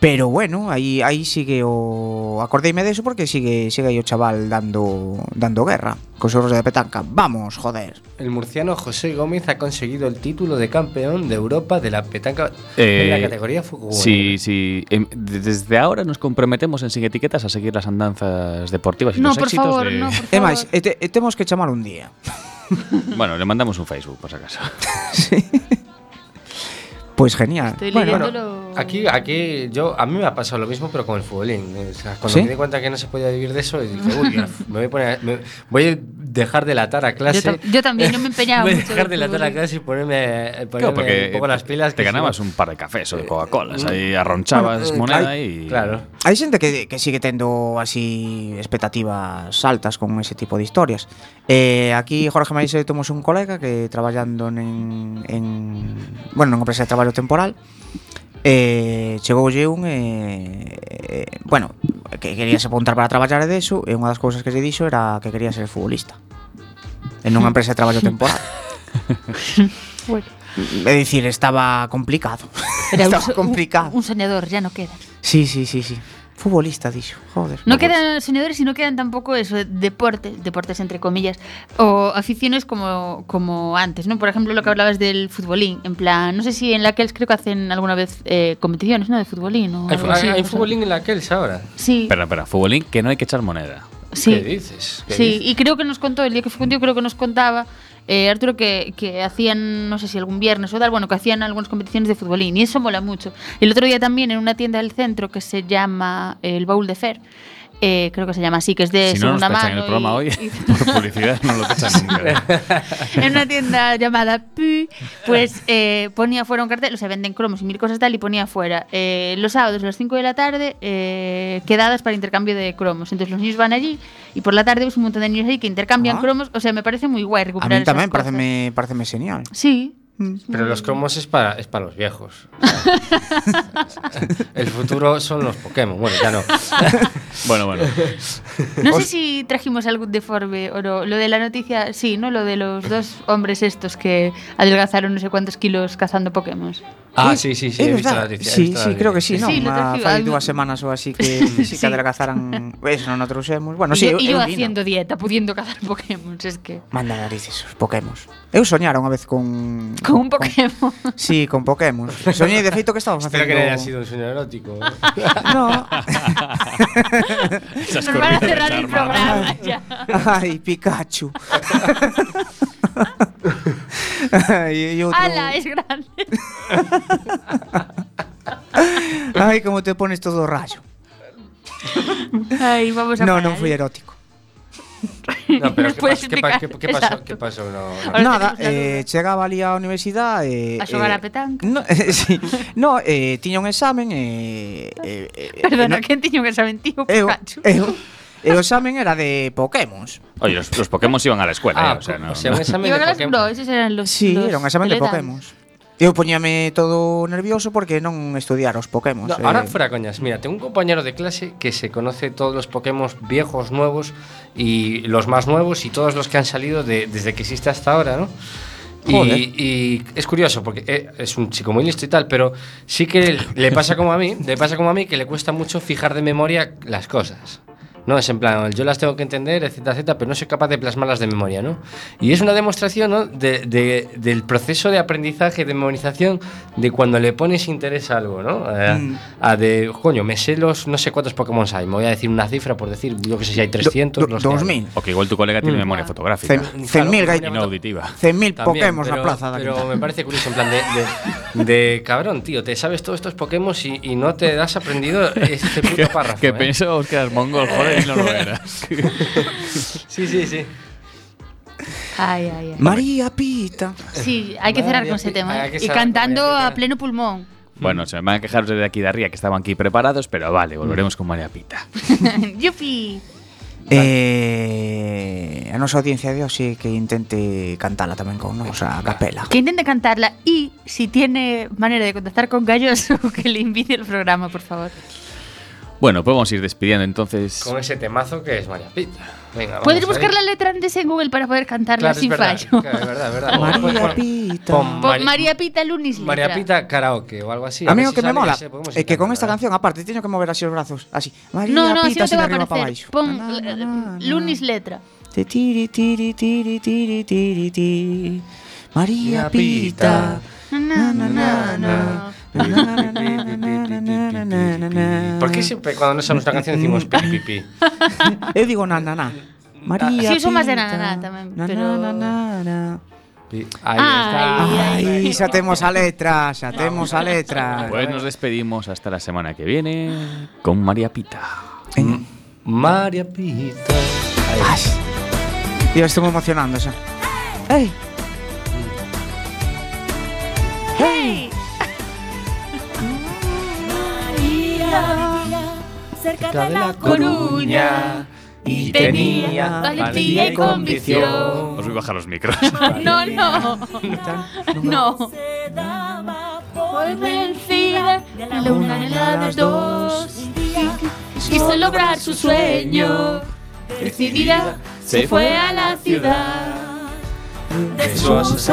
E: Pero bueno, aí aí sigue o acordeime deso porque sigue sigue aí o chaval dando dando guerra cos euros de petanca. Vamos, joder.
B: El murciano José Gómez ha conseguido el título de campeón de Europa de la petanca en la
D: Eh,
B: categoría fútbol.
D: Sí, sí. em, de- Desde ahora nos comprometemos en Sin Etiquetas a seguir las andanzas deportivas y
F: No,
D: los
F: por
D: éxitos
F: favor,
D: de-
F: no, por favor.
E: É máis, e, te, e temos que chamar un día.
D: Bueno, le mandamos un Facebook, por si acaso.
E: Pois genial.
F: Estoy
E: bueno,
F: leyendo lo-
B: Aquí, aquí, yo, a mí me ha pasado lo mismo, pero con el futbolín. eh, O sea, cuando
E: ¿Sí?
B: me di cuenta que no se podía vivir de eso, dije, uy, me voy a poner, me- voy a dejar de latar a
F: Yo,
B: clase.
F: tam- yo también, no me empeñaba
B: voy a
F: mucho
B: dejar de
F: del
B: latar a
F: fútbol.
B: clase y ponerme, ponerme
D: Claro, porque
B: un poco las pilas.
D: te
B: que si no- Eh, mm.
D: ganabas un par de cafés o de Coca-Cola, ahí arronchabas moneda y.
B: Claro.
E: Hai xente que, que sigue tendo así expectativas altas con ese tipo de historias eh, Aquí Jorge Maís e eu temos un colega que traballando en, en Bueno, nunha empresa de traballo temporal eh, Chegoulle un eh, eh, Bueno, que queríase apuntar para traballar e deso E unha das cousas que se dixo era que quería ser futbolista En unha empresa de traballo temporal
F: Bueno,
E: É dicir, estaba complicado
F: era un
E: Estaba
F: so- un,
E: complicado
F: un soñador, ya no queda.
E: Sí, sí, sí, sí Futbolista, dixo, joder
F: No quedan soñadores y no quedan tampoco eso, deportes, deportes entre comillas, o aficiones como, como antes, ¿no? Por ejemplo, lo que hablabas del futbolín, en plan, no sé si en la que creo que hacen alguna vez eh, competiciones, ¿no? De futbolín o
B: Hay,
F: algo así,
B: hay- hay
F: o sea.
B: futbolín en la Kels ahora.
F: Sí,
D: Espera, espera, futbolín que no hay que echar moneda.
F: sí.
B: ¿Qué dices? ¿Qué
F: Sí,
B: dices?
F: y creo que nos contó, el día que fue contigo, creo que nos contaba eh, Arturo que, que hacían, no sé si algún viernes o tal, bueno, que hacían algunas competiciones de futbolín y eso mola mucho. El otro día también en una tienda del centro que se llama eh, El Baúl de Fer, eh, creo que se llama así, que es de
D: si no nos
F: segunda
D: echan
F: mano.
D: en el programa
F: y-
D: hoy,
F: y-
D: por publicidad no lo echan nunca.
F: en una tienda llamada Pu, pues eh, ponía fuera un cartel, o sea, venden cromos y mil cosas tal, y ponía fuera eh, los sábados a las 5 de la tarde eh, quedadas para intercambio de cromos. Entonces los niños van allí y por la tarde ves un montón de niños ahí que intercambian
E: Ah.
F: cromos. O sea, me parece muy guay
E: A
F: recuperar
E: mí
F: esas
E: tamén
F: cosas.
E: pareceme, pareceme genial
F: Sí.
B: Pero los cromos es para, es para los viejos. O sea, el futuro son los Pokémon. Bueno, ya no.
D: bueno, bueno.
F: No sé si trajimos algún deforme o no. Lo de la noticia, sí, ¿no? Lo de los dos hombres estos que adelgazaron no sé cuántos kilos cazando Pokémon.
B: Ah, sí, sí, sí.
E: É
B: he visto la
E: verdad.
B: noticia, he
E: Sí,
B: visto la
E: sí, creo que sí,
B: noticia.
E: non?
F: Sí, lo
E: Ah,
F: traje-
E: Fai
F: ah,
E: dúas
F: no-
E: semanas ou así que sí,
F: Sí.
E: que adelgazaran, eso non o trouxemos. Bueno,
F: y
E: sí,
F: yo, y yo
E: eu vino.
F: haciendo dieta, pudiendo cazar Pokémon. Es que.
E: Manda narices os Pokémon. Eu soñara unha vez con
F: Con un Pokémon.
E: Sí, con Pokémon. Soñei de feito que estábamos
B: Espero
E: facendo.
B: que no haya sido un sueño erótico. ¿eh?
E: No.
D: Esas
F: Nos van a
D: corridas de
F: cerrar el
D: arma.
F: programa ya.
E: Ai, Pikachu. Ai, e outro.
F: ¡Hala! Es grande.
E: Ai, como te pones todo rayo.
F: Ay, vamos a eh.
E: No,
F: parar.
E: non foi erótico.
B: No, pero ¿qué,
F: Puedes
B: pas- qué, pa- qué-
F: explicar,
B: qué pasó?
F: exacto.
B: ¿Qué pasó? No, no.
F: Ahora
E: Nada,
F: tenemos la
E: eh,
F: duda.
E: chegaba ali á universidade eh,
F: A xogar
E: eh,
F: á petanca.
E: No, eh, sí. no eh, tiña un examen eh, eh, eh,
F: Perdona,
E: eh,
F: que tiño que saben
E: no,
F: tío
E: eu,
F: Pikachu?
E: eu, e o examen era de Pokémons
D: Oye, los, los Pokémon iban a la escuela,
B: Ah,
D: eh, o sea, no.
B: un
D: no.
B: examen
F: Yo
B: de
F: que los
B: Pokémon.
F: bro, esos eran los
E: Si, sí,
F: los
E: era un examen de
F: que le dan.
E: Pokémons Eu poñíame todo nervioso porque non estudiar os Pokémons
B: No,
E: eh.
B: ahora fuera coñas. Mira, tengo un compañero de clase que se conoce todos los Pokémon viejos, nuevos y los más nuevos y todos los que han salido de- desde que existe hasta ahora, ¿no? Y,
E: Joder.
B: y es curioso porque eh, es un chico muy listo y tal, pero sí que le pasa como a mí, le pasa como a mí que le cuesta mucho fijar de memoria las cosas. No, es en plan, yo las tengo que entender, etcétera, etcétera, pero no soy capaz de plasmarlas de memoria, ¿no? Y es una demostración ¿no? de- de- del proceso de aprendizaje, de memorización, de cuando le pones interés a algo, ¿no? A,
E: Mm.
B: a de, coño, me sé los no sé cuántos Pokémon hay, me voy a decir una cifra por decir, yo que sé si hay 300,
E: Do- do-
B: los que hay.
E: 2000.
D: O que igual tu colega tiene
B: Mm.
D: memoria fotográfica.
E: Cen- cen mil
B: claro,
E: gai-
D: Y no auditiva.
B: También,
E: 100.000 Pokémon
B: pero-
E: na plaza da
B: Pero
E: Quinta.
B: me parece curioso, en plan de, de, de, cabrón, tío, te sabes todos estos Pokémon y, y no te has aprendido este puto párrafo.
D: que
B: ¿eh?
D: pensó Oscar Mongol, joder, y no lo era.
B: Sí, sí, sí.
F: Ay, ay, ay.
E: María Pita.
F: Sí, hay que
B: Madre
F: cerrar con
B: mía,
F: ese
B: sí.
F: tema.
B: Hay que
F: ¿eh? Y
B: cerrar con
F: cantando
B: ese tema.
F: a pleno pulmón.
D: bueno, se me van a quejar desde aquí de arriba que estaban aquí preparados, pero vale, volveremos con María Pita.
F: ¡Yupi!
E: Eh, a nosa audiencia de hoxe que intente cantala tamén con nos a capela.
F: Que intente cantarla y si tiene manera de contactar con Galloso, que le invite el programa, por favor.
D: Bueno, pues vamos a ir despidiendo entonces.
B: Con ese temazo que es María Pita. Venga, vamos
F: Podéis
B: ahí.
F: buscar la letra antes en Google para poder cantarla
B: Claro, es
F: sin
B: verdad,
F: fallo.
B: claro, es verdad, es verdad. Pon-
E: María
B: pon-
E: Pita.
B: pon
F: Pon
B: Mari-
F: María Pita Lunis letra.
B: María Pita karaoke o algo así.
E: A mí
B: ver
E: o
B: si
E: que me
B: sale,
E: mola
B: ya sé, podemos
E: é que
B: intentarlo,
E: con esta
B: ¿verdad?
E: canción aparte teño que mover así os brazos, así. María
F: No, no, si
E: Pita
F: no te
E: así de
F: va a
E: arriba para baixo.
F: aparecer. Pon
E: Na, na,
F: eh,
E: na, na.
F: Lunis letra.
E: Ti, tiri, tiri, tiri, tiri, tiri, tiri. María Pita.
F: Na, na, na, na.
B: ¿Por qué siempre cuando no sabemos una canción decimos pi, pi, pi?
E: Eu digo na na na. María
F: Sí, uso más de
E: Pita.
F: na, na, na tamén,
E: Na,
F: pero-
E: na, na, na,
B: Pi- Ahí
F: Ay,
B: está.
E: Ay, xa temos a letra, xa temos a letra.
D: Pues nos despedimos hasta la semana que viene con María Pita.
B: María Pita. Ahí.
E: Ay. Tío, estou emocionando xa. Ei.
F: ¡Hey!
G: María, cerca de la
B: Coruña y tenía
F: valentía y convicción.
D: Os voy a bajar los micros.
F: No, no. No.
G: se daba
F: Voy
G: por
F: vencida de la una de las dos.
G: Un día
F: Quiso lograr su sueño. Decidida, se fue a la ciudad.
G: de sus